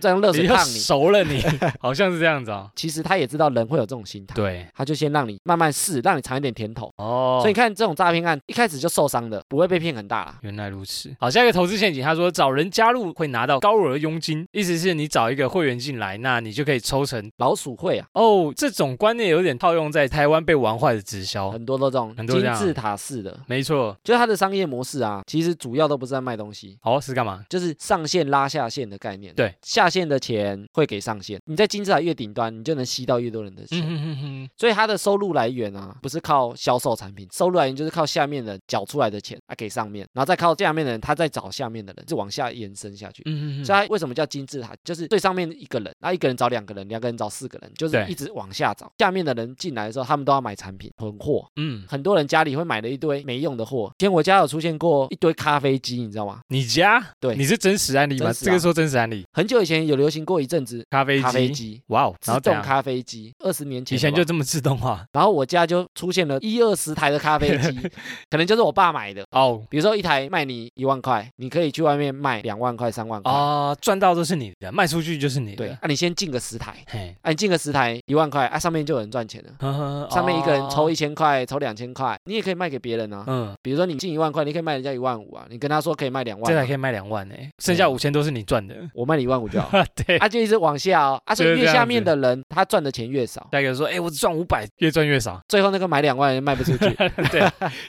S2: 再用热
S1: 你
S2: 水
S1: 又
S2: 烫你。
S1: 熟了 你，好像是这样子啊、
S2: 其实他也知道人会有这种心态，
S1: 对，
S2: 他就先让你慢慢试，让你尝一点甜头。
S1: 哦，
S2: 所以你看这种诈骗案一开始就受伤的，不会被骗很大啦。
S1: 原来如此。好，下一个投资陷阱，他说找人加入会拿到高额佣金，意思是你找一个会员进来，那你就可以抽成。
S2: 老鼠会啊，
S1: 哦，这种观念有点套用在台湾被玩坏的直销。
S2: 很多都这种
S1: 哦很多这
S2: 金
S1: 样
S2: 字塔式的，
S1: 没错，
S2: 就是它的商业模式啊，其实主要都不是在卖东西。
S1: 哦是干嘛？
S2: 就是上线拉下线的概念，
S1: 对，
S2: 下线的钱会给上线，你在金字塔越顶端，你就能吸到越多人的
S1: 嗯
S2: 钱，
S1: 哼哼哼，
S2: 所以它的收入来源啊，不是靠销售产品，收入来源就是靠下面的人缴出来的钱啊给上面，然后再靠下面的人，他再找下面的人，就往下延伸下去。
S1: 嗯哼
S2: 所
S1: 哼，
S2: 以它为什么叫金字塔？就是最上面一个人，然后一个人找两个人，两个人找四个人，就是
S1: 对
S2: 一直往下找。下面的人进来的时候，他们都要买产品囤货。
S1: 嗯，
S2: 很多人家里会买了一堆没用的货，以前我家有出现过一堆咖啡机，你知道吗？
S1: 你家
S2: 对
S1: 你是真实案例吗？
S2: 真实啊
S1: 这个说真实案例，
S2: 很久以前有流行过一阵子
S1: 咖啡机，
S2: 咖啡机。
S1: 哇哦，然
S2: 自
S1: 后怎
S2: 动
S1: 样？
S2: 咖啡机，二十年前
S1: 以
S2: 了
S1: 前就
S2: 吧，
S1: 这么自动化
S2: 然后我家就出现了一二十台的咖啡 机，可能就是我爸买的。
S1: 哦
S2: 比如说一台卖你一万块，你可以去外面卖两万块、三万块。
S1: 啊，赚到都是你的，卖出去就是你
S2: 对，
S1: 的，
S2: 啊，你先进个十台，
S1: 嘿，
S2: 啊，你进个十台一万块，啊，上面就有人赚钱了。
S1: 呵呵
S2: 上面一个人抽
S1: 一，
S2: 一千块，抽两千块，你也可以卖给别人啊。
S1: 嗯，
S2: 比如说你进一万块，你可以卖人家一万五啊，你跟他说可以卖两万
S1: 这
S2: 啊、
S1: 台可以卖两万呢，剩下
S2: 对
S1: 五千都是你赚的，
S2: 我卖你一万五就好。
S1: 对。
S2: 啊，就一直往下哦，啊，所以
S1: 就是
S2: 越
S1: 这样
S2: 下面的人他赚的钱越少，
S1: 下一个说：“哎、我只赚五百，越赚越少，
S2: 最后那个买两万的人卖不出去，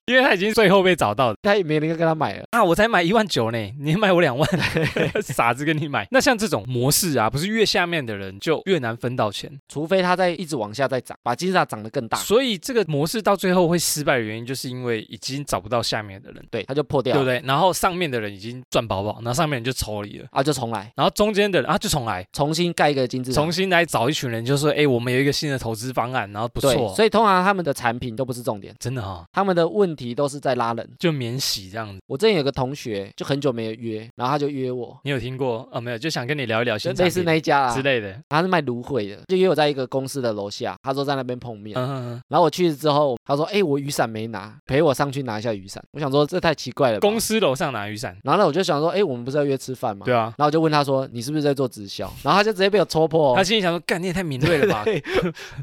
S1: 因为他已经最后被找到了
S2: 他也没人跟他买了。
S1: 啊！我才买一万九呢，你卖我两万， 傻子跟你买。那像这种模式啊，不是越下面的人就越难分到钱，
S2: 除非它在一直往下再涨，把金字塔涨得更大，
S1: 所以这个模式到最后会失败的原因，就是因为已经找不到下面的人，
S2: 对，它就破
S1: 对
S2: 掉
S1: 啊
S2: 了，
S1: 不对？然后上面的人已经赚饱饱，然后上面人就抽离了，
S2: 啊，就重来，
S1: 然后中间的人啊就重来，
S2: 重新盖一个金字塔
S1: 重。新来找一群人，就说哎，我们有一个新的投资方案，然后不
S2: 对，
S1: 错，
S2: 所以通常他们的产品都不是重点，
S1: 真的哈，
S2: 他们的问题都是在拉人。
S1: 就免洗这样子。
S2: 我之前有个同学就很久没有约，然后他就约我，
S1: 你有听过啊？没有，就想跟你聊一聊
S2: 就
S1: 新产
S2: 类似
S1: 品
S2: 那一啊家啦
S1: 之，类的。
S2: 他是卖芦荟的，就约我在一个公司的楼下，他说在那边碰面。
S1: 嗯嗯，嗯
S2: 然后我去之后，他说：“哎、我雨伞没拿，陪我上去拿一下雨伞。”我想说这太奇怪了吧。
S1: 公司楼上拿雨伞。
S2: 然后呢，我就想说：“哎、我们不是要约吃饭吗？”
S1: 对啊，
S2: 然后我就问他说：“你是不是在做直销？”然后他就直接被我戳破、
S1: 他
S2: 哦，
S1: 心里想说，干，你也太敏锐 了吧。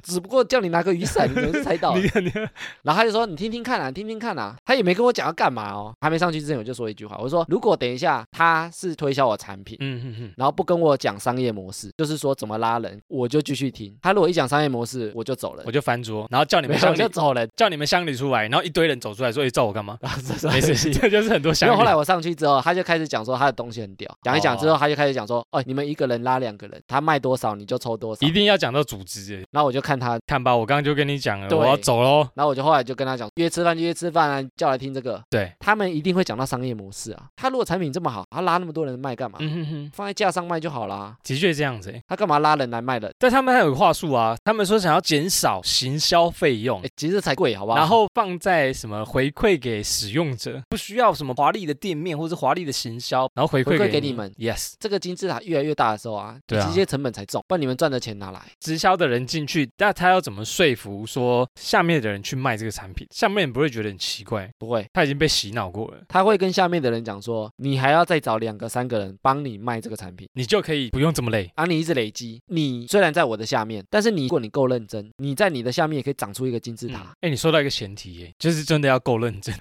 S2: 只不过叫你拿个雨伞，你怎么是猜到了
S1: 你？看，你 看，
S2: 然后他就说：“你听听看啊，听听看啊。”他也没跟我讲要干嘛哦。还没上去之前，我就说一句话，我说：“如果等一下他是推销我产品。
S1: 嗯嗯嗯，
S2: 然后不跟我讲商业模式，就是说怎么拉人，我就继续听。他如果一讲商业模式，我就走了
S1: 我，就翻桌，然后叫你
S2: 没
S1: 们
S2: 有
S1: 乡
S2: 我就
S1: 里，
S2: 走了。
S1: 叫你们乡里出来，然后一堆人走出来说，哎，叫我干嘛？没事，这就是很多
S2: 然
S1: 乡
S2: 后后
S1: 里
S2: 来。我上去之后，他就开始讲说他的东西很屌，讲一讲之后，他就开始讲说，哦，你们一个人拉两个人，他卖多少你就抽多少
S1: 一。定要讲到组织，哎
S2: 然后我就看他，
S1: 看吧，我刚刚就跟你讲了，
S2: 对
S1: 我要走喽。
S2: 然后我就后来就跟他讲，约吃饭就约吃饭啊，叫来听这个。
S1: 对，
S2: 他们一定会讲到商业模式啊。他如果产品这么好，他拉那么多人卖干嘛？
S1: 嗯哼哼，
S2: 放在架上卖就好啦。
S1: 的确这样子，哎
S2: 他干嘛拉人来卖人？
S1: 但他们还有个话术啊，他们说想要减少行销费用
S2: 哎。，其实才贵，好不好？
S1: 然后放在什么回馈给使用者，不需要什么华丽的店面或是华丽的行销，然后回馈
S2: 回馈
S1: 给
S2: 给你们
S1: ，yes，
S2: 这个金字塔越来越大的时候啊，你
S1: 对啊
S2: 直接成本才重，不然你们赚的钱哪来？
S1: 直销的人进去，那他要怎么说服说下面的人去卖这个产品？下面人不会觉得很奇怪，
S2: 不会。
S1: 他已经被洗脑过了，
S2: 他会跟下面的人讲说，你还要再找两个、三个人帮你卖这个产品，
S1: 你就可以不用这么累。
S2: 而、啊你一直累积。你虽然在我的下面，但是你如果你够认真，你在你的下面也可以长出一个金字
S1: 嗯
S2: 塔。
S1: 哎、你说到一个前提耶，就是真的要够认 真。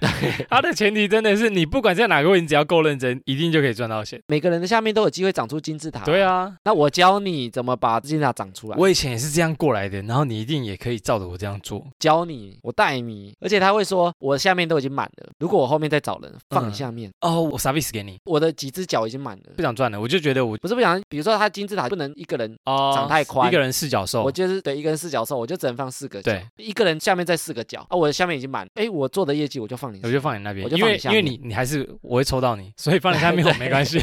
S1: 他的前提真的是你不管在哪个位置，你只要够认真，一定就可以赚到钱。
S2: 每个人的下面都有机会长出金字塔。
S1: 对，啊，
S2: 那我教你怎么把金字塔长出来，我
S1: 我以前也是这样过来的，然后你一定也可以照着我这样做。
S2: 教你，我带你。而且他会说，我下面都已经满了，如果我后面再找人放
S1: 嗯
S2: 你下面，
S1: 哦，我 service 给你，
S2: 我的几只脚已经满了
S1: 不。想赚了，我就觉得我
S2: 不是不想，比如说他金字塔不能一个人
S1: 哦
S2: 长太宽
S1: 一个人四角兽
S2: 我，就是对一个人四角兽，我就只能放四个角
S1: 对，
S2: 一个人下面再四个角啊，我的下面已经满，哎，我做的业绩我就放你
S1: 我，就放你那边，
S2: 我就
S1: 因
S2: 放
S1: 为
S2: 你下
S1: 因为
S2: 面
S1: 你你还是我会抽到你，所以放你下面我没关 系。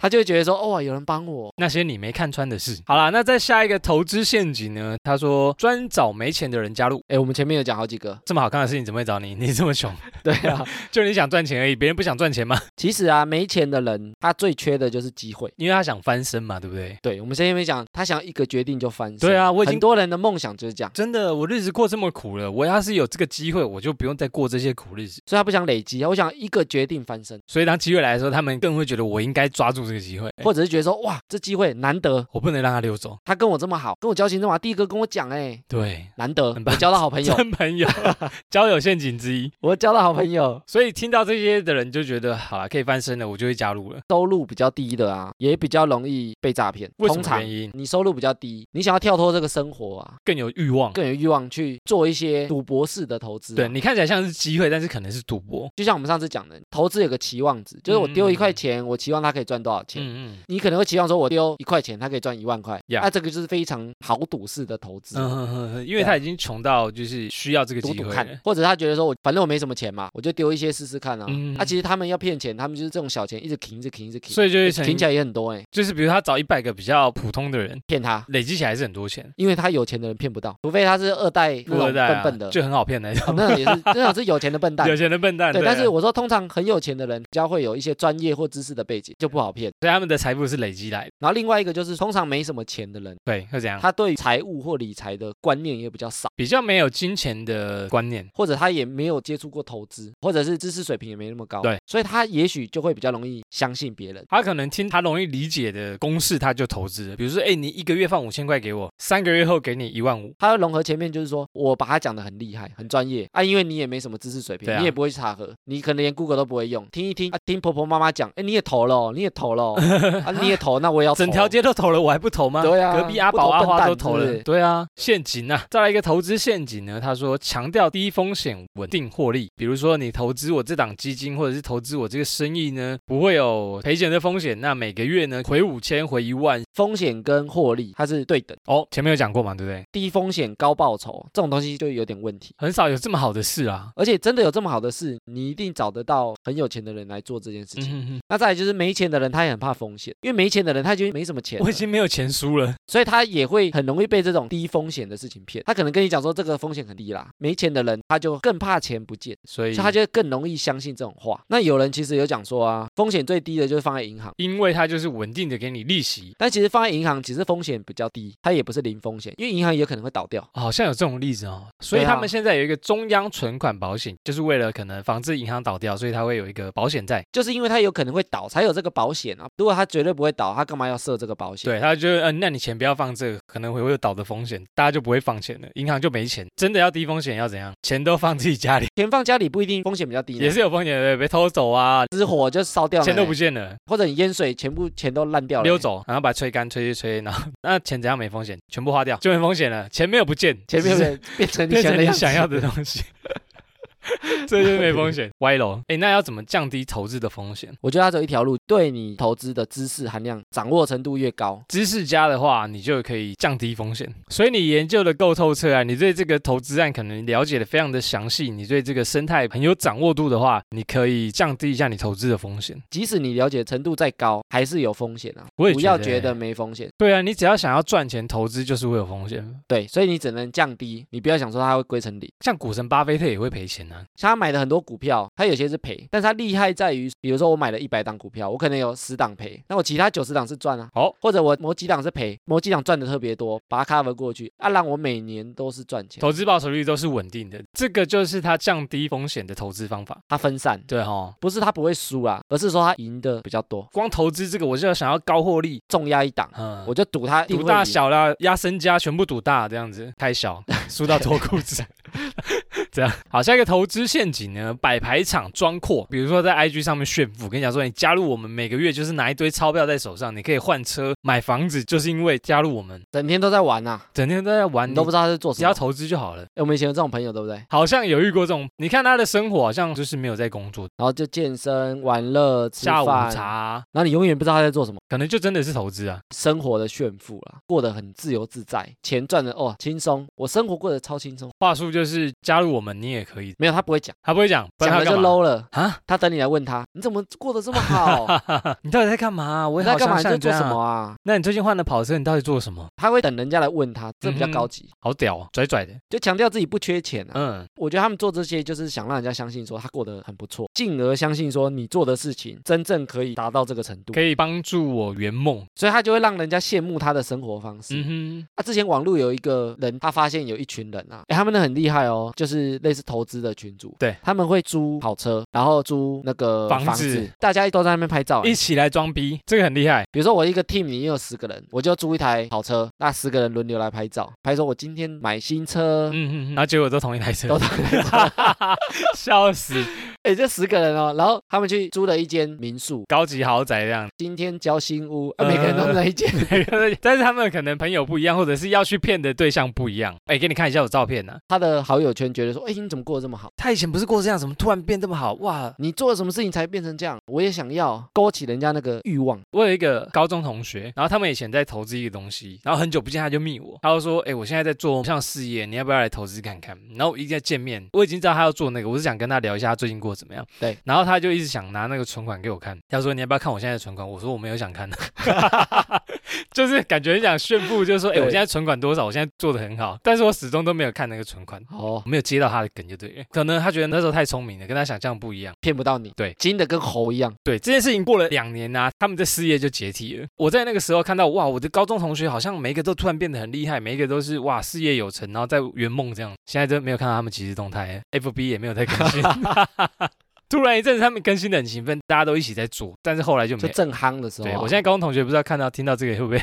S2: 他就会觉得说，哦，有人帮我，
S1: 那些你没看穿的事。好啦，那在下一个投资陷阱呢？他说专找没钱的人加入。
S2: 哎，我们前面有讲好几个，
S1: 这么好看的事情怎么会找你？你这么穷，
S2: 对啊，
S1: 就你想赚钱而已，别人不想赚钱吗？
S2: 其实啊，没钱的人他最缺的就是机会。
S1: 因为他想翻身嘛，对不对？
S2: 对，我们前面讲，他想一个决定就翻身。
S1: 对啊我已经
S2: 很多人的梦想就是这样，
S1: 真的，我日子过这么苦了，我要是有这个机会，我就不用再过这些苦日子。
S2: 所以他不想累积，我想一个决定翻身，
S1: 所以当机会来的时候，他们更会觉得我应该抓住这个机会，
S2: 或者是觉得说，哇，这机会难得，
S1: 我不能让他溜走。
S2: 他跟我这么好，跟我交情这么好，第一个跟我讲，哎，
S1: 对，
S2: 难得，
S1: 很
S2: 我
S1: 棒
S2: 交到好 朋友，
S1: 真朋友，交友陷阱之一。
S2: 我交到好朋友，
S1: 所以听到这些的人就觉得，好了，可以翻身了，我就会加入了。
S2: 收入比较低的啊，也比较容易被诈骗。
S1: 为什么
S2: 通常
S1: 原因？
S2: 你收入比较低，你想要跳脱这个生活啊，
S1: 更有欲望。
S2: 更有欲望去做一些赌博式的投资、啊
S1: 对，你看起来像是机会，但是可能是赌博。
S2: 就像我们上次讲的，投资有个期望值，就是我丢一块钱，我期望它可以赚多少钱。
S1: 嗯
S2: 你可能会期望说，我丢一块钱，它可以赚一万块，那
S1: Yeah
S2: 这个就是非常豪赌式的投资，
S1: 嗯嗯嗯嗯，因为他已经穷到就是需要这个
S2: 赌
S1: 机
S2: 啊赌
S1: 会
S2: 看
S1: 了。，
S2: 或者他觉得说我反正我没什么钱嘛，我就丢一些试试看啊。
S1: 嗯
S2: 啊，其实他们要骗钱，他们就是这种小钱一直停，一直停，一直停，
S1: 所以就会
S2: 以
S1: 成，
S2: 停起来也很多哎、
S1: 就是比如他找一百个比较普通的人，
S2: 骗他。
S1: 累积起来是很多钱，
S2: 因为他有钱的人骗不到，除非他是二代那
S1: 富
S2: 种
S1: 二代
S2: 笨
S1: 啊
S2: 笨的，
S1: 就很好骗的，
S2: 啊那种 也是那种是有钱的笨蛋
S1: 有。钱的笨蛋。
S2: 对，
S1: 对，
S2: 但是我说，通常很有钱的人，比较会有一些专业或知识的背景，就不好骗。
S1: 所以他们的财富是累积来的。
S2: 然后另外一个就是，通常没什么钱的人，
S1: 对，会怎样？
S2: 他对财务或理财的观念也比较少，
S1: 比较没有金钱的观念。
S2: 或者他也没有接触过投资，或者是知识水平也没那么高，
S1: 对，
S2: 所以他也许就会比较容易相信别人。
S1: 他可能听他容易理解的公式，他就投资了。比如说，哎，你一个月放五千块给我，三个月后给你一万五，
S2: 他会融合前面就是说，我把他讲的很厉害、很专业啊，因为你也没什么知识水平，
S1: 对啊
S2: 你也不会去查核，你可能连 Google 都不会用，听一听啊，听婆婆妈妈讲，哎，你也投了哦，你也 投了哦，啊，你也投，那我也要投
S1: 整条街都投了，我还不投吗？
S2: 对啊
S1: 隔壁阿
S2: 不
S1: 宝、
S2: 投
S1: 阿
S2: 笨
S1: 花
S2: 蛋
S1: 都投
S2: 是
S1: 了
S2: 不。是
S1: 对啊，陷阱啊！再来一个投资陷阱呢？他说强调低风险稳定获利，比如说你投资我这档基金，或者是投资我这个生意呢，不会有赔钱的风险。那每个月呢，回五千，回一万。
S2: 风险跟获利它是对等。
S1: 哦，前面有讲过嘛，对不对？
S2: 低风险高报酬这种东西就有点问题。
S1: 很少有这么好的事啊。
S2: 而且真的有这么好的事，你一定找得到很有钱的人来做这件事情。
S1: 嗯哼
S2: 那再来就是没钱的人，他也很怕风险，因为没钱的人他就没什么钱
S1: 哼，
S2: 了，
S1: 我已经没有钱输了，
S2: 所以他也会很容易被这种低风险的事情骗。他可能跟你讲说这个风险很低啦，没钱的人他就更怕钱不见，
S1: 所以
S2: 所以他就更容易相信这种话。那有人其实有讲说啊，风险最低的就是放在银行。
S1: 因为它就是稳定的给你利息，
S2: 但其实放在银行只是风险比较低，它也不是零风险，因为银行也可能会倒掉。
S1: 好像有这种例子哦。所以
S2: 对啊
S1: 他们现在有一个中央存款保险，就是为了可能防止银行倒掉，所以它会有一个保险在。
S2: 就是因为它有可能会倒，才有这个保险啊。如果它绝对不会倒，它干嘛要设这个保险？
S1: 对，他就嗯、呃那你钱不要放这个，可能会会有倒的风险，大家就不会放钱了，银行就没钱。真的要低风险要怎样？钱都放自己家里，
S2: 钱放家里不一定风险比较低呢，
S1: 也是有风险的，被偷走啊，
S2: 失火就烧掉了呢，
S1: 钱都不见了，
S2: 或者你淹水，全部钱都烂掉了呢，
S1: 溜走，然后把它吹干，吹吹吹，然后那钱怎样没风险？全部花掉就没风险了，钱没有不见，
S2: 前
S1: 只
S2: 面
S1: 是
S2: 变变成你
S1: 变
S2: 想
S1: 成
S2: 的
S1: 你
S2: 样子
S1: 想要的东 西。这就是没风险，歪楼。哎，那要怎么降低投资的风险？
S2: 我觉得它只有一条路，对你投资的知识含量掌握程度越高，
S1: 知识家的话，你就可以降低风险。所以你研究的够透彻啊，你对这个投资案可能了解的非常的详细，你对这个生态很有掌握度的话，你可以降低一下你投资的风险。
S2: 即使你了解程度再高，还是有风险啊。
S1: 我也
S2: 不要
S1: 觉
S2: 觉
S1: 得欸
S2: 得没风险，
S1: 对啊，你只要想要赚钱，投资就是会有风险。
S2: 对，所以你只能降低，你不要想说它会归成零。
S1: 像股神巴菲特也会赔钱啊，
S2: 像他买的很多股票，他有些是赔，但是他厉害在于，比如说我买了一百档股票，我可能有十档赔，那我其他九十档是赚啊。
S1: 好
S2: 或者我某几档是赔，某几档赚的特别多，把它 cover 过去，啊，让我每年都是赚钱。
S1: 投资报酬率都是稳定的，这个就是他降低风险的投资方法。
S2: 它分散，
S1: 对哈、
S2: 不是他不会输啊，而是说他赢的比较多，
S1: 光投资这个，我就要想要高获利，
S2: 重压一档，
S1: 嗯，
S2: 我就赌他
S1: 赌大，小啦，压身家全部赌大，这样子太小， 输到脱裤子。 这样好，下一个投资陷阱呢，摆排场装阔，比如说在 IG 上面炫富，跟你讲说你加入我们每个月就是拿一堆钞票在手上，你可以换车、买房子，就是因为加入我们，
S2: 整天都在玩啊呐、
S1: 整啊天都在玩，
S2: 你都不
S1: 知
S2: 知道他是做
S1: 只
S2: 什么
S1: 要。投资就好了。
S2: 诶我们以前有这种朋友，对不对？
S1: 好像有遇过这种，你看他的生活好像就是没有在工作，
S2: 然后就健身、玩乐、吃
S1: 下午
S2: 饭，
S1: 茶
S2: 然后你永远不知道他在做什么，
S1: 可能就真的是投资啊。
S2: 生活的炫富啦，过得很自由自在，钱赚的哦轻松，我生活过得超轻松。
S1: 话术就是加入我们你也可以，
S2: 没有，他不会讲，
S1: 他不会讲，不然他
S2: 讲了就
S1: 干嘛
S2: low 了
S1: 啊！
S2: 他等你来问他，你怎么过得这么好？
S1: 你到底在干嘛？ 我也
S2: 你在
S1: 好
S2: 干嘛？
S1: 想
S2: 你
S1: 像
S2: 在
S1: 你这
S2: 做
S1: 样
S2: 什么啊？
S1: 那你最近换了跑车，你到底做了什么？
S2: 他会等人家来问他，这比较
S1: 嗯哼
S2: 高级，
S1: 好屌、哦，拽拽的。
S2: 就强调自己不缺钱啊。
S1: 嗯，
S2: 我觉得他们做这些就是想让人家相信说他过得很不错，进而相信说你做的事情真正可以达到这个程度
S1: 可，以帮助我圆梦。
S2: 所以他就会让人家羡慕他的生活方式。
S1: 嗯
S2: 啊，之前网络有一个人，他发现有一群人啊，诶他们那很厉害哦，就是类似投资的群主，
S1: 对
S2: 他们会租跑车，然后租那个
S1: 房
S2: 房
S1: 子
S2: 大家都在那边拍照
S1: 哼，
S2: 诶。
S1: 一起来装逼，这个很厉害。
S2: 比如说我一个 team 里面有十个人，我就租一台跑车，那十个人轮流来拍照，拍说我今天买新车，
S1: 嗯嗯，然后结果都同一台车
S2: 都，
S1: 笑死，
S2: 哎，这十个人哦，然后他们去租了一间民宿，
S1: 高级豪宅这 样。
S2: 今天交新屋，啊
S1: 呃
S2: 每个人都那一间，
S1: 但是他们可能朋友不一样，或者是要去骗的对象不一样。哎，给你看一下我照片呢、
S2: 他的好友圈觉得说，哎，你怎么过得这么好？
S1: 他以前不是过这样，怎么突然变这么好？哇！
S2: 你做了什么事情才变成这样？我也想要勾起人家那个欲望，
S1: 我有一个高中同学，然后他们以前在投资一个东西，然后很久不见他就密我，他就说：“哎、我现在在做像事业，你要不要来投资看看？”然后我一直在见面，我已经知道他要做那个，我是想跟他聊一下他最近过得怎么样。
S2: 对，
S1: 然后他就一直想拿那个存款给我看，他说：“你要不要看我现在的存款？”我说：“我没有想看的。” 就是感觉很想炫富，就是说：“哎、
S2: 对
S1: 我现在存款多少？我现在做的很好。”但是我始终都没有看那个存款。
S2: 哦，
S1: 我没有接到他的梗就对了，可能他觉得那时候太聪明了，跟他想象不一样。
S2: 骗不到你，
S1: 对
S2: 金的跟猴一样。
S1: 对这件事情过了两年啊，他们的事业就解体了。我在那个时候看到，哇，我的高中同学好像每一个都突然变得很厉害，每一个都是哇事业有成，然后在圆梦这样。现在真没有看到他们即时动态，FB 也没有在更新。 突然一阵子他们更新的很勤奋，大家都一起在做，但是后来就
S2: 就
S1: 没。
S2: 正夯的时候啊、
S1: 对我现在高中同学不知道看到听到这个会不会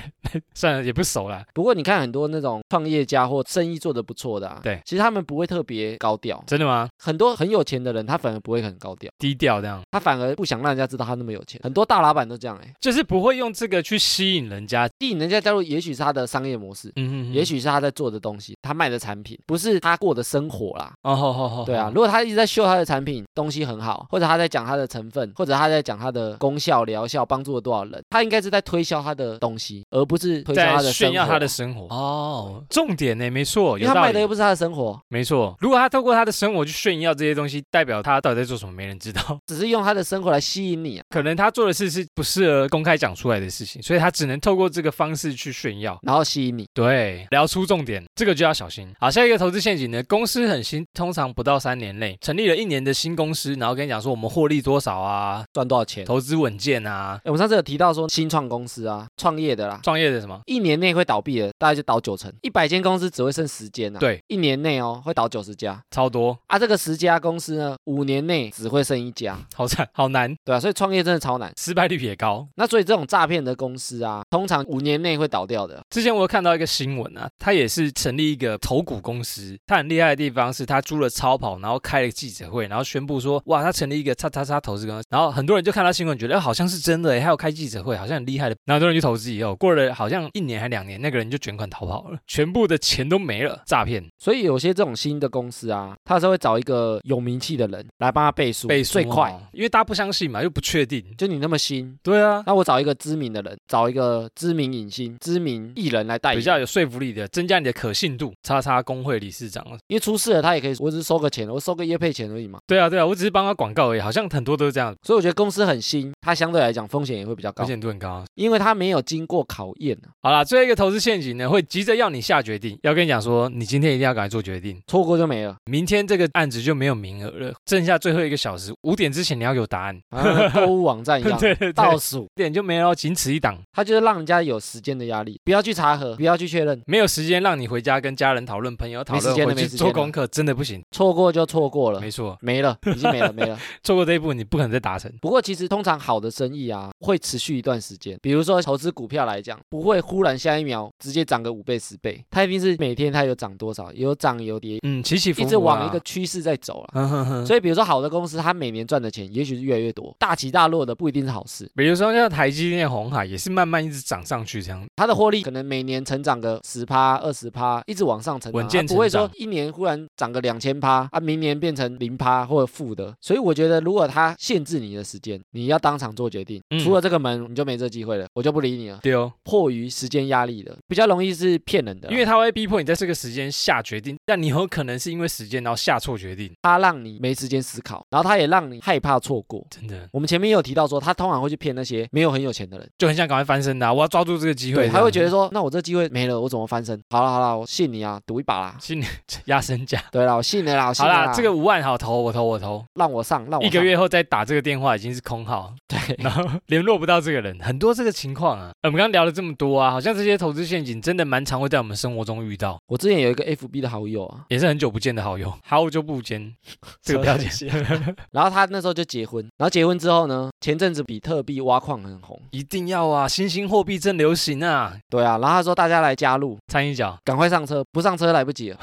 S1: 算了也不熟啦，
S2: 不过你看很多那种创业家或生意做得不错的、啊，
S1: 对
S2: 其实他们不会特别高调，
S1: 真的吗？
S2: 很多很有钱的人他反而不会很高调，
S1: 低调这样，
S2: 他反而不想让人家知道他那么有钱。很多大老板都这样哎、欸，
S1: 就是不会用这个去吸引人家。
S2: 吸引人家加入，也许是他的商业模式。
S1: 嗯哼哼，
S2: 也许是他在做的东西，他卖的产品，不是他过的生活啦。
S1: 哦，好好好，
S2: 对啊，
S1: 好
S2: 如果他一直在秀他的产品，东西很好，好，或者他在讲它的成分，或者他在讲它的功效、疗效，帮助了多少人，他应该是在推销他的东西，而不是推销他
S1: 在
S2: 的
S1: 炫耀他的
S2: 生
S1: 生活。哦，重点呢，没错，
S2: 活，因
S1: 有
S2: 为他
S1: 道
S2: 卖的
S1: 理
S2: 又。不是他的生活，
S1: 没错，如果他透过他的生活去炫耀这些东西，代表他到底在做什么，没人知道。
S2: 只是用他的生活来吸引你啊。
S1: 可能他做的事是不适合公开讲出来的事情，所以他只能透过这个方式去炫耀。
S2: 然后吸引你，
S1: 对，聊出重点，这个就要小心。好，下一个投资陷阱呢，公司很新，通常不到三年内成立了一年的新公司，然后跟你讲说我们获利多少啊，
S2: 赚多少钱？
S1: 投资稳健啊，
S2: 诶我们上次有提到说新创公司啊，创业的啦，
S1: 创业的什么。
S2: 一年内会倒闭的，大概就倒九成，一百间公司只会剩十间啊。
S1: 对，
S2: 一年内哦会倒九十家
S1: 超多，
S2: 啊，这个十家公司呢，五年内只会剩一家，
S1: 好惨，好难，
S2: 对啊，所以创业真的超难。
S1: 失败率也高。
S2: 那所以这种诈骗的公司啊，通常五年内会倒掉的。
S1: 之前我有看到一个新闻啊，他也是成立一个投股公司，他很厉害的地方是他租了超跑，然后开了记者会，然后宣布说，哇，他成立一个叉叉叉投资公司，然后很多人就看到新闻觉得、哎好像是真的耶，还有开记者会，好像很厉害的，然后很多人去投资以后，过了好像一年还两年，那个人就卷款逃跑了，全部的钱都没了，诈骗。
S2: 所以有些这种新的公司啊，他是会找一个有名气的人来帮他背书，
S1: 被说
S2: 最快。，
S1: 因为大家不相信嘛，又不确定。
S2: 就你那么新，
S1: 对啊，
S2: 那我找一个知名的人，找一个知名影星、知名艺人来代
S1: 比
S2: 言，
S1: 较有说服力的，增加你的可信度。叉叉工会理事长，
S2: 因为出事了他也可以，我只是收个钱，我收个业配钱而已嘛。
S1: 对啊对啊，我只是帮他广告而已，好像很多都是这样，
S2: 所以我觉得公司很新，它相对来讲风险也会比较
S1: 风
S2: 高，
S1: 险度很高。啊
S2: 因为它没有经过考验啊，
S1: 好啦，最后一个投资陷阱呢，会急着要你下决定，要跟你讲说，你今天一定要赶快做决定，
S2: 错过就没了。
S1: 明天这个案子就没有名额了，剩下最后一个小时，五点之前你要有答案，
S2: 啊、购物网站一样，
S1: 对对
S2: 倒
S1: 对，
S2: 数，
S1: 点就没有，仅此一档，
S2: 它就是让人家有时间的压力，不要去查核，不要去确认，
S1: 没有时间让你回家跟家人讨论、朋友讨
S2: 没时
S1: 论，
S2: 间
S1: 回
S2: 了
S1: 去
S2: 没时间
S1: 做
S2: 了
S1: 功课真的不行，
S2: 错过就错过了。
S1: 没错，
S2: 没了，已经没了，没了。
S1: 错过这一步你不可能再达成。
S2: 不过其实通常好的生意啊，会持续一段时间。比如说投资股票来讲，不会忽然下一秒直接涨个五倍十倍，它一定是每天它有涨多少，有涨有跌，
S1: 嗯，起起伏伏、
S2: 一
S1: 啊，嗯
S2: 直往一个，趋势在走了。
S1: 哼哼 哼。
S2: 所以，比如说好的公司，它每年赚的钱也许是越来越多，大起大落的不一定是好事。
S1: 比如说像台积电、红海也是慢慢一直涨上去，这样
S2: 它的获利可能每年成长个十趴、二十趴，一直往上成长，啊
S1: 稳健
S2: 它不会
S1: 成
S2: 说
S1: 长
S2: 一年忽然涨个两千趴啊，明年变成零趴或者负的。所以我觉得，如果它限制你的时间，你要当场做决定，
S1: 嗯
S2: 出了这个门你就没这机会了，我就不理你了。
S1: 丢、
S2: 迫于时间压力的，比较容易是骗人的
S1: 哦
S2: 啦，啊
S1: 因为它会逼迫你在这个时间下决定，但你有可能是因为时间然后下错决定，
S2: 它让你没时间思考，然后它也让你害怕错过。
S1: 真的
S2: 我们前面也有提到说，他通常会去骗那些没有很有钱的人，
S1: 就很想赶快翻身的啊、我要抓住这个机会，
S2: 他会觉
S1: 得。
S2: 得说，那我这机会没了，我怎么翻身？好了好了，我信你啊，赌一把啦。
S1: 新年 压身价。
S2: 对啦，我信了啦，我信
S1: 好
S2: 了
S1: 啦，这个五万好投，我投我投。
S2: 让我上，啊让我
S1: 一个
S2: 上
S1: 月后再打这个电话已经是空号，
S2: 对，
S1: 然后联络不到这个人，很多这个情况啊。呃我们刚刚聊了这么多啊，好像这些投资陷阱真的蛮常会在我们生活中遇到，
S2: 我之前有一个 FB 的好友啊，
S1: 也是很久不见的好友， 好久不见，这个不要
S2: 扯
S1: 紧
S2: 东。 西啊然后他那时候就结婚，然后结婚之后呢，前阵子比特币挖矿很红，
S1: 一定要啊，新兴货币正流行啊，
S2: 对啊，然后他说大家来加入，
S1: 掺一脚，
S2: 赶快上车，不上车来不及了。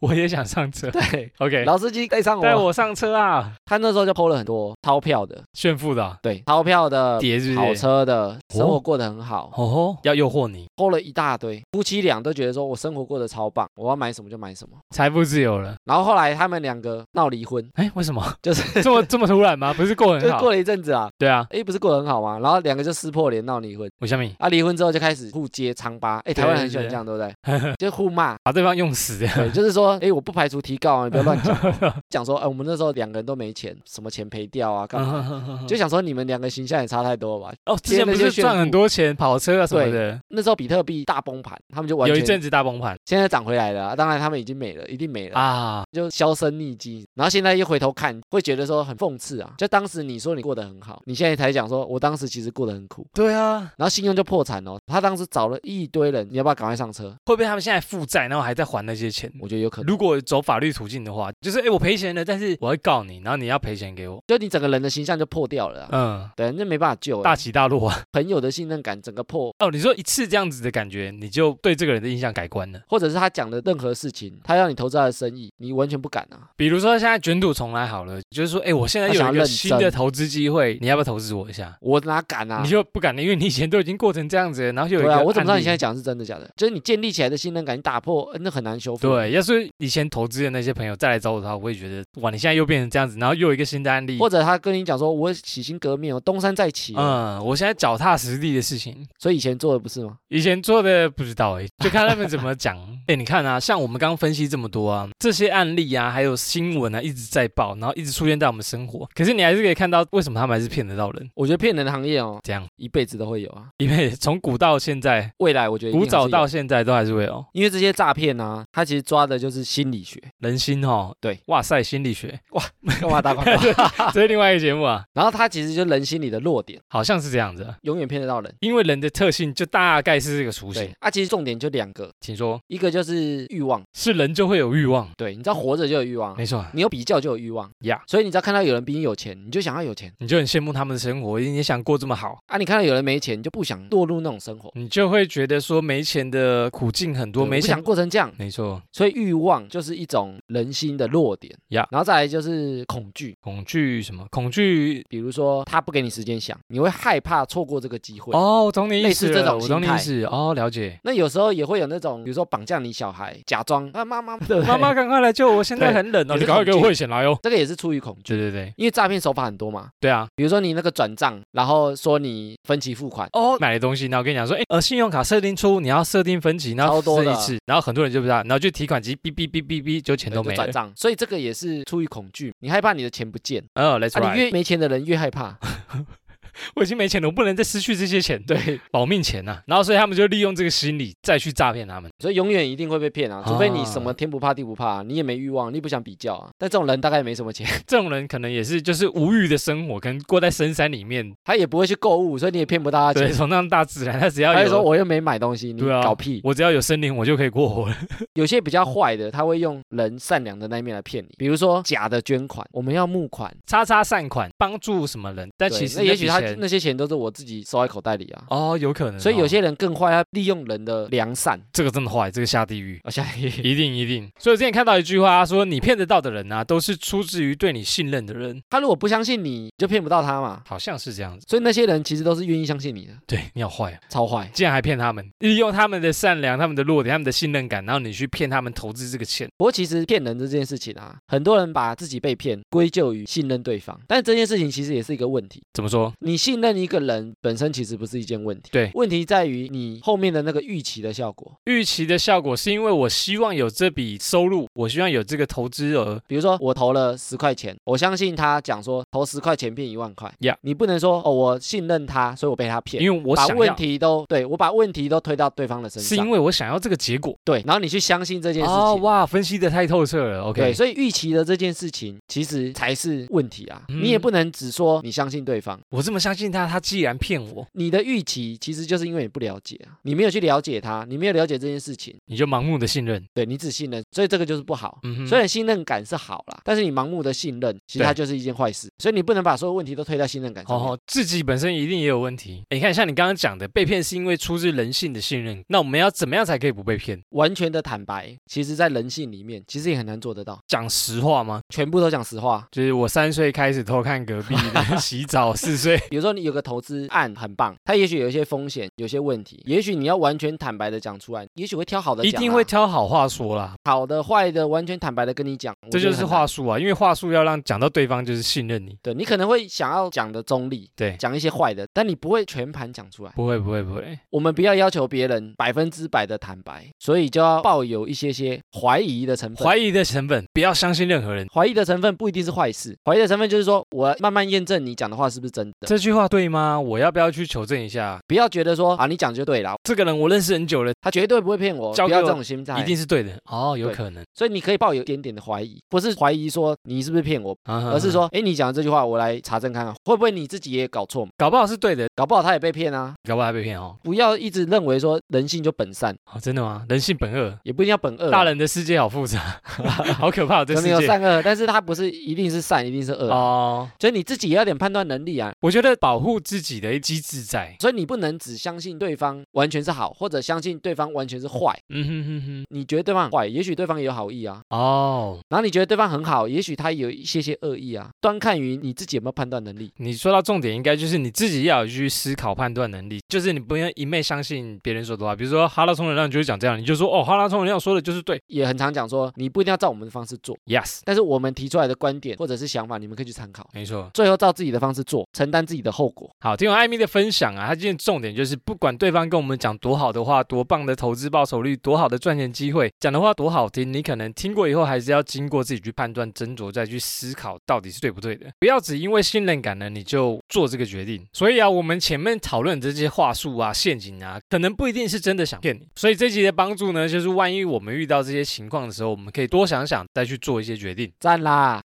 S1: 我也想上车。
S2: 对，
S1: OK，
S2: 老司机带上
S1: 带
S2: 我。
S1: 我上车啊，
S2: 他那时候就抛了很多钞票的，
S1: 炫富的啊
S2: 对，钞票的。
S1: 碟是
S2: 跑
S1: 不是？
S2: 车的生活过得很好，
S1: 哦吼，要诱惑你，
S2: 抛了一大堆，夫妻俩都觉得说我生活过得超棒，我要买什么就买什么。
S1: 财富自由了。
S2: 然后后来他们两个闹离婚，
S1: 哎，为什么
S2: 就是
S1: 这么这么突然吗？不是过得
S2: 就是
S1: 很好
S2: 过？了一阵子啊，
S1: 对啊，
S2: 诶，不是过得很好吗？然后两个就撕破脸闹离婚，
S1: 我下面
S2: 啊，离婚之后就开始互揭疮疤，哎，台湾人很喜欢这样，对 不对？就互骂，
S1: 把对方用死 的，
S2: 对，就是说，哎，我不排除提告啊，你不要乱讲哦， 讲说，哎，我们那时候两个人都没钱，什么钱赔掉啊，干嘛？
S1: 嗯
S2: 就想说你们两个形象也差太多了吧？
S1: 哦，之前不是赚很多钱，跑车啊什么的，
S2: 那时候比特币大崩盘，他们就完
S1: 有
S2: 全
S1: 一阵子大崩盘
S2: 现在涨回来了啊、当然他们已经没了，一定没了。
S1: 啊，
S2: 就销声匿迹，然后现在一回头看，会觉得说很讽刺啊！就当时你说你过得很好，你现在才讲说，我当时其实过得很苦，
S1: 对啊，
S2: 然后信用就破产哦。他当时找了一堆人，你要不要赶快上车？
S1: 会不会他们现在负债，然后还在还那些钱？
S2: 我觉得有可能，
S1: 如果走法律途径的话，就是哎、我赔钱了，但是我会告你，然后你要赔钱给我，
S2: 就你整个人的形象就破掉了啊、
S1: 嗯，
S2: 对，那没办法救啊，
S1: 大起大落啊。
S2: 朋友的信任感整个破，
S1: 哦，你说一次这样子的感觉，你就对这个人的印象改观了。
S2: 或者是他讲的任何事情，他要你投资他的生意，你完全不敢啊。
S1: 比如说现在卷土重来好了，就是说哎、我现在
S2: 他
S1: 有
S2: 想要
S1: 一个
S2: 认
S1: 新
S2: 真
S1: 的投资机会，你要不要投资我一下？
S2: 我哪敢啊
S1: 你？就不敢了，因为你以前都已经过成这样子了，然后又有一
S2: 对
S1: 个
S2: 啊，我怎么知道
S1: 案
S2: 你
S1: 例
S2: 现在讲是真的假的？就是你建立起来的信任感，你打破，呃那很难修复。
S1: 对，要是是以前投资的那些朋友再来找我的话，我会觉得哇，你现在又变成这样子，然后又有一个新的案例
S2: 或。者他跟你讲说，我洗心革面，我哦东山再起，
S1: 嗯，我现在脚踏实地的事情，
S2: 所以以前做的不是吗？
S1: 以前做的不知道 哎、就看他们怎么讲。 哎、你看啊，像我们刚刚分析这么多啊，这些案例啊，还有新闻啊，一直在报，然后一直出现在我们生活。可是你还是可以看到，为什么他们还是骗得到人？
S2: 我觉得骗人的行业哦，
S1: 这样，
S2: 一辈子都会有啊，
S1: 因为从古到现在，
S2: 未来我觉得一定
S1: 古
S2: 还是
S1: 早
S2: 有
S1: 到。现在都还是会有
S2: 因为这些诈骗啊，他其实抓的就是心理学，
S1: 人心哦。
S2: 对，
S1: 哇塞，心理学，
S2: 干嘛打广告？
S1: 这是另外一个节目啊，
S2: 然后他其实就是人心里的弱点，
S1: 好像是这样子啊。
S2: 永远骗得到人。
S1: 因为人的特性就大概是这个雏
S2: 对
S1: 形，，
S2: 啊，其实重点就两个，
S1: 请说，
S2: 一个就是欲望，
S1: 是人就会有欲望，
S2: 对，你知道活着就有欲望，
S1: 没错啊，
S2: 你有比较就有欲望
S1: 呀
S2: 所以你只要看到有人比你有钱，你就想要有钱
S1: 你就很羡慕他们的生活，你也想过这么好，
S2: 啊；你看到有人没钱，你就不想落入那种生活，
S1: 你就会觉得说没钱的苦境很多，
S2: 对
S1: 没
S2: 不想
S1: 钱，
S2: 过成这样。
S1: 没错，
S2: 所以欲望就是一种人心的弱点
S1: 呀
S2: 然后再来就是恐惧，
S1: 恐惧什么恐惧。
S2: 比如说他不给你时间想，你会害怕错过这个机会。
S1: 哦，我懂你意
S2: 类
S1: 思
S2: 似这
S1: 了，
S2: 种
S1: 我
S2: 心
S1: 懂你意
S2: 态
S1: 思。哦，了解。
S2: 那有时候也会有那种，比如说绑架你小孩，假装啊妈妈， 对不对
S1: 妈妈，赶快来救我，现在
S2: 对
S1: 很冷哦，
S2: 也
S1: 你
S2: 是
S1: 赶快给我
S2: 恐惧
S1: 汇钱来哟。
S2: 这个也是出于恐惧，
S1: 对对对，
S2: 因为诈骗手法很多嘛。
S1: 对啊，
S2: 比如说你那个转账，然后说你分期付款，
S1: 哦，买的东西，然后跟你讲说，哎，呃，信用卡设定错误，你要设定分期，然后
S2: 超多
S1: 设一
S2: 的
S1: 次，然后很多人就不知道，然后就提款机哔哔哔哔哔，就钱
S2: 对
S1: 都
S2: 就
S1: 没
S2: 转
S1: 了。
S2: 账，所以这个也是出于恐惧，你害怕你的钱不见。
S1: 嗯，Let's
S2: 啊，你
S1: right，
S2: 越没钱的人越 害怕，
S1: 我已经没钱了，我不能再失去这些钱，对，
S2: 对，
S1: 保命钱呐、然后所以他们就利用这个心理再去诈骗他们。
S2: 所以永远一定会被骗啊，除非你什么天不怕地不怕，啊你也没欲望，你不想比较啊。但这种人大概也没什么钱，
S1: 这种人可能也是就是无欲的生活，可能过在深山里面，
S2: 他也不会去购物，所以你也骗不到他
S1: 对，
S2: 钱。
S1: 崇尚大自然，他只要
S2: 他就说
S1: 有。
S2: 我又没买东西，你
S1: 对啊
S2: 搞屁！
S1: 我只要有森林，我就可以过活了。
S2: 有些比较坏的，他会用人善良的那一面来骗你，比如说假的捐款，我们要募款。
S1: 叉叉善款帮助什么人？但
S2: 对
S1: 其实
S2: 那也许
S1: 笔
S2: 他
S1: 钱
S2: 那些钱都是我自己收在口袋里啊。
S1: 哦，有可能哦。
S2: 所以有些人更坏，他利用人的良善。
S1: 这个真的坏，这个下地狱。
S2: 我 现在
S1: 一定一定。所以我之前看到一句话，他说你骗得到的人啊，都是出自于对你信任的人，
S2: 他如果不相信你，你就骗不到他嘛。
S1: 好像是这样子。
S2: 所以那些人其实都是愿意相信你的，
S1: 对，你好坏啊，
S2: 超坏。
S1: 竟然还骗他们，利用他们的善良、他们的弱点、他们的信任感，然后你去骗他们投资这个钱。
S2: 不过其实骗人这件事情啊，很多人把自己被骗归咎于信任对方，但这件事情其实也是一个问题。
S1: 怎么说？
S2: 你信任一个人本身其实不是一件问题，
S1: 对
S2: 问题在于你后面的那个预期的效果。
S1: 预期的效果是因为我希望有这笔收入，我希望有这个投资呃额。
S2: 比如说我投了十块钱，我相信他讲说投十块钱变一万块
S1: Yeah
S2: 你不能说哦我信任他，所以我被他骗。
S1: 因为我
S2: 把
S1: 想
S2: 问
S1: 要，
S2: 题都对我把问题都推到对方的身
S1: 是
S2: 上
S1: 因，为我想要这个结果。
S2: 对，然后你去相信这件事情，
S1: 哦哇，分析的太透彻了。
S2: 对，
S1: OK，
S2: 所以预期的这件事情其实才是问题啊！
S1: 嗯
S2: 你也不能只说你相信对方，
S1: 我这么相信他，他既然骗我，
S2: 你的预期其实就是因为你不了解啊，你没有去了解他，你没有了解这件事情，
S1: 你就盲目的信任。
S2: 对你只信任，所以这个就是不好。
S1: 嗯哼，
S2: 虽然信任感是好啦，但是你盲目的信任，其实
S1: 对
S2: 它就是一件坏事。所以你不能把所有问题都推在信任感上面。
S1: 哦，自己本身一定也有问题。诶你看，像你刚刚讲的，被骗是因为出自人性的信任，那我们要怎么样才可以不被骗？
S2: 完全的坦白，其实在人性里面，其实也很难做得到。
S1: 讲实话吗？
S2: 全部都讲实话，
S1: 就是我三岁开始偷看隔壁的 洗澡，四岁
S2: 比如说你有个投资案很棒，它也许有一些风险，有些问题，也许你要完全坦白的讲出来，也许会挑好的
S1: 一
S2: 讲啊、
S1: 定会挑好话说啦，
S2: 好的坏的完全坦白的跟你讲，我
S1: 这
S2: 觉
S1: 就
S2: 得
S1: 是
S2: 很难
S1: 话。术啊，因为话术要让讲到对方就是信任你。
S2: 对你可能会想要讲的中立，
S1: 对
S2: 讲一些坏的，但你不会全盘讲出来。
S1: 不会不会不会，
S2: 我们不要要求别人百分之百的坦白，所以就要抱有一些些怀疑的成分。
S1: 怀疑的成本，不要相信任何人。
S2: 怀疑的成分不一定是坏事，怀疑的成分就是说，我慢慢验证你讲的话是不是真的，
S1: 这句话对吗？我要不要去求证一下？
S2: 不要觉得说啊你讲就对了，
S1: 这个人我认识很久了，
S2: 他绝对不会骗我，
S1: 交
S2: 不
S1: 给
S2: 要这
S1: 我
S2: 种心态，
S1: 一定是对的。哦，有
S2: 对
S1: 可能，
S2: 所以你可以抱有一点点的怀疑，不是怀疑说你是不是骗我，
S1: 而
S2: 而是说，哎，你讲的这句话我来查证看看，会不会你自己也搞错嘛？
S1: 搞不好是对的，
S2: 搞不好他也被骗啊！
S1: 搞不好还被骗哦。
S2: 不要一直认为说人性就本善，
S1: 哦，真的吗？人性本恶，
S2: 也不一定要本恶啊。
S1: 大人的世界好复杂， 好可怕，这
S2: 可
S1: 世
S2: 能有
S1: 界。
S2: 善恶，但是他不是一定是善，一定是恶啊，
S1: 哦，
S2: 所以你自己也要有点判断能力啊。
S1: 我觉得把保护自己的机制在。
S2: 所以你不能只相信对方完全是好，或者相信对方完全是坏。
S1: 嗯哼哼哼，
S2: 你觉得对方很坏，也许对方也有好意啊。
S1: 哦，
S2: 然后你觉得对方很好，也许他有一些些恶意啊。端看于你自己有没有判断能力。
S1: 你说到重点，应该就是你自己要有去思考判断能力，就是你不要一昧相信别人说的话。比如说哈拉充能量就会讲这样，你就说哦，哈拉充能量说的就是对
S2: 也很常讲说，你不一定要照我们的方式做，
S1: ，yes，
S2: 但是我们提出来的观点或者是想法，你们可以去参考。
S1: 没错。
S2: 最后照自己的方式做，承担自己的后果。
S1: 好，听完艾米的分享啊，他今天重点就是，不管对方跟我们讲多好的话，多棒的投资报酬率，多好的赚钱机会，讲的话多好听，你可能听过以后，还是要经过自己去判断、斟酌，再去思考到底是对不对的。不要只因为信任感呢，你就做这个决定。所以啊，我们前面讨论的这些话术啊、陷阱啊，可能不一定是真的想骗你。所以这集的帮助呢，就是万一我们遇到这些情况的时候，我们可以多想想，再去做一些决定。
S2: 赞啦！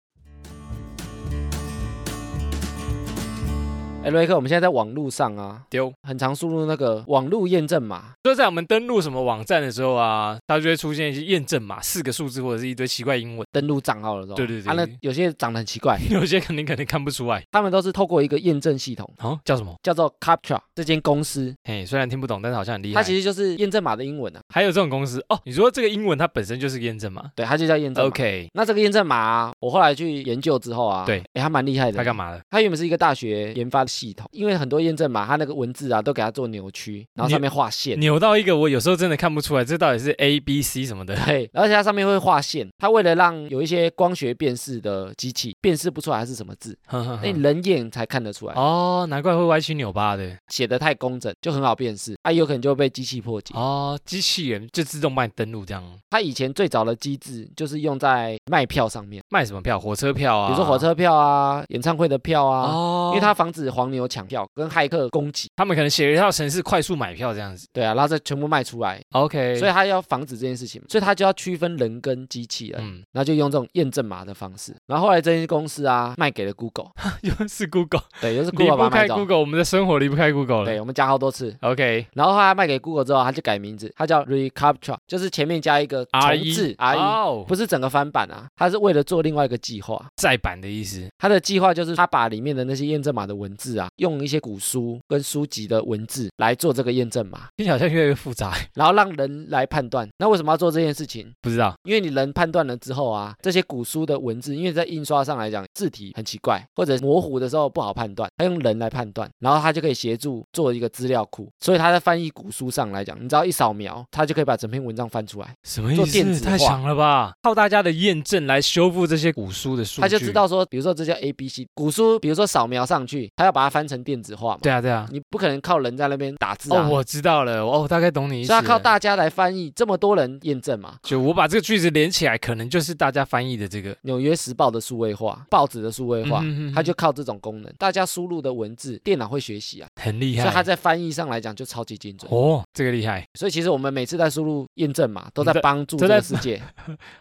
S2: 哎，瑞克，我们现在在网络上啊，
S1: 丢。
S2: 很常输入那个网络验证码，
S1: 就在我们登录什么网站的时候啊，它就会出现一些验证码，四个数字或者是一堆奇怪英文，
S2: 登录账号的时候，
S1: 对对对
S2: 啊，那有些长得很奇怪，
S1: 有些肯定可能看不出来。
S2: 他们都是透过一个验证系统，
S1: 哦，叫什么？
S2: 叫做 Captcha 这间公司，
S1: 嘿，虽然听不懂，但是好像很厉害。
S2: 它其实就是验证码的英文啊，
S1: 还有这种公司哦，你说这个英文它本身就是个验证码
S2: 对，它就叫验证码。
S1: ？OK，
S2: 那这个验证码、啊，我后来去研究之后啊，
S1: 对
S2: 哎，还蛮厉害的。
S1: 它干？嘛的？
S2: 它原本是一个大学研发的系统，因为很多验证码，它那个文字啊都给它做扭曲，然后上面画线。
S1: 扭到一个我有时候真的看不出来，这到底是 A B C 什么的。
S2: 对，而且它上面会画线，它为了让有一些光学辨识的机器辨识不出来它是什么字，
S1: 哼哼
S2: 那
S1: 嗯哼
S2: 人眼才看得出 来，
S1: 哦，难怪会歪七扭八的。
S2: 写的太工整就很好辨识，啊，有可能就被机器破解。
S1: 哦，机器人就自动帮你登录这样。
S2: 它以前最早的机制就是用在卖票上面，
S1: 卖什么票？火车票啊？
S2: 比如说火车票啊、演唱会的票啊，
S1: 哦，
S2: 因为它防止黄牛抢票跟骇客攻击，
S1: 他们可能写了一套程式，快速买票这样子。
S2: 对啊，然后再全部卖出来，
S1: OK，
S2: 所以它要防止这件事情，所以它就要区分人跟机器人。
S1: 嗯，
S2: 然后就用这种验证码的方式，然后后来这间公司啊卖给了 Google，
S1: 又是 Google。
S2: 对，就是
S1: 离
S2: Google 把
S1: 不
S2: 它卖
S1: 开
S2: 走。
S1: Google，我们的生活离不开 Google 了。
S2: 对，我们讲好多次。
S1: OK，
S2: 然后后来卖给 Google 之后，它就改名字，它叫 Recaptcha，就是前面加一个
S1: R
S2: 重
S1: 一
S2: 置 R 一，
S1: 哦，
S2: 不是整个翻版啊，它是为了做另外一个计划。
S1: 再版的意思。
S2: 它的计划就是它把里面的那些验证码的文字啊，用一些古书跟书籍的文字来做这个验证码，
S1: 听起来好像越来越复杂，
S2: 然后让人来判断。那为什么要做这件事情？
S1: 不知道。
S2: 因为你人判断了之后啊，这些古书的文字，因为在印刷上来讲，字体很奇怪或者模糊的时候不好判断，他用人来判断，然后他就可以协助做一个资料库，所以他在翻译古书上来讲，你只要一扫描，他就可以把整篇文章翻出来，
S1: 什么意
S2: 做电
S1: 思？
S2: 子化
S1: 太强了吧！靠大家的验证来修复这些古书的数据，
S2: 他就知。道说，比如说这叫 A B C 古书，比如说扫描上去，他要把它翻成电子化嘛，
S1: 对啊，对啊。
S2: 你不可能靠人在那边打字啊。
S1: 哦，我知道了，哦，我大概懂你意思
S2: 所以
S1: 了。
S2: 他靠大家来翻译，这么多人验证嘛，
S1: 就我把这个句子连起来，可能就是大家翻译的这个
S2: 《纽约时报》的数位化，报纸的数位化，
S1: 嗯哼
S2: 它就靠这种功能，大家输入的文字，电脑会学习啊，
S1: 很厉害。
S2: 所以它在翻译上来讲就超级精准。
S1: 哦，这个厉害，
S2: 所以其实我们每次在输入验证码，都在
S1: 你在
S2: 帮助
S1: 都
S2: 这
S1: 在
S2: 个世 界，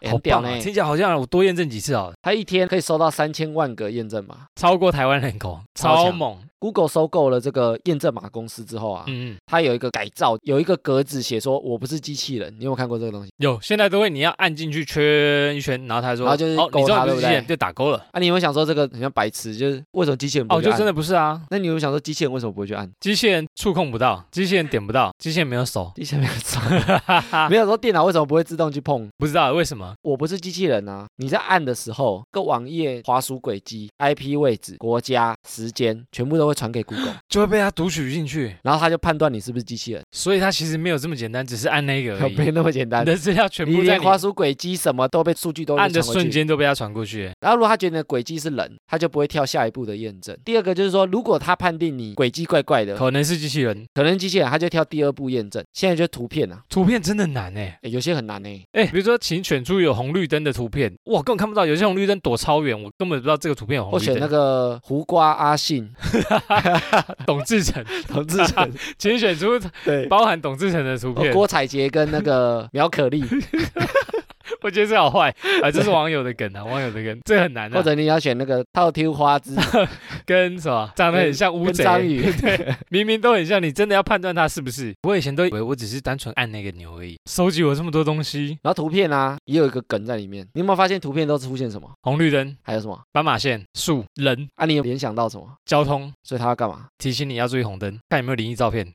S2: 欸
S1: 好
S2: 很屌
S1: 棒
S2: 呢
S1: 啊！。听起来好像我多验证几次哦，
S2: 它一天可以收到三千万个验证码。
S1: 超过台湾人口，
S2: 超强
S1: 超猛。
S2: Google 收购了这个验证码公司之后啊，
S1: 嗯嗯，
S2: 它有一个改造，有一个格子写说“我不是机器人”，你有没有看过这个东西？
S1: 有现在都会，你要按进去圈一圈，然后他说，
S2: 然后就是
S1: 哦，
S2: 勾
S1: 你知道
S2: 它
S1: 你
S2: 对
S1: 是
S2: 不
S1: 机器人
S2: 对
S1: 就打勾了。
S2: 啊，你有没有想说这个很像白痴？就是为什么机器人不
S1: 哦，
S2: 会去
S1: 就
S2: 按？
S1: 真的不是啊，
S2: 那你有没有想说机器人为什么不会去按？
S1: 机器人触控不到，机器人点不到，机器人没有手，
S2: 机器人没有 手，没有说电脑为什么不会自动去碰？
S1: 不知道为什么。
S2: 我不是机器人啊！你在按的时候，各网页滑鼠轨迹、IP 位置、国家、时间，全部都会传给 Google，
S1: 就会被它读取进去，
S2: 然后他就判断你是不是机器人，
S1: 所以它其实没有这么简单，只是按那个 而已。
S2: 没
S1: 你
S2: 那么简单。
S1: 的资料全
S2: 你
S1: 部在
S2: 连
S1: 你
S2: 滑鼠轨迹什么都被数据都被
S1: 按的
S2: 传过
S1: 瞬
S2: 去。
S1: 间都被它传过去。
S2: 然后如果他觉得你的轨迹是人，他就不会跳下一步的验证。第二个就是说，如果他判定你轨迹怪怪的，
S1: 可能是机器人，
S2: 可能机器人，他就跳第二步验证。现在就是图片啊，
S1: 图片真的难哎
S2: 诶有些很难欸呢。
S1: 哎，比如说请选出有红绿灯的图片，哇，根本看不到，有些红绿灯躲超远，我根本不知道这个图哦片有红
S2: 我
S1: 绿
S2: 选那
S1: 灯。
S2: 个胡瓜阿 信、
S1: 董志成，
S2: 唐志成，
S1: 请选出
S2: 对，
S1: 包含董志成的图
S2: 哦
S1: 片。
S2: 郭采洁跟那个苗可丽，
S1: 我觉得这好坏啊，这是网友的梗啊，网友的梗，这很难
S2: 或
S1: 啊。
S2: 者你要选那个套丢花枝
S1: 跟什么啊长得很像 乌
S2: 跟
S1: 贼，
S2: 章 鱼，
S1: 明明都很像，你真的要判断它是不是？我以前都以为我只是单纯按那个钮而已，收集我这么多东西，
S2: 然后图片啊也有一个梗在里面。你有没有发现图片都出现什么？
S1: 红绿灯、
S2: 还有什么
S1: 斑马线、树、人、
S2: 啊？你有联想到什么？
S1: 交通，
S2: 所以他要干嘛？
S1: 提醒你要注意红灯，看有没有灵异照 片，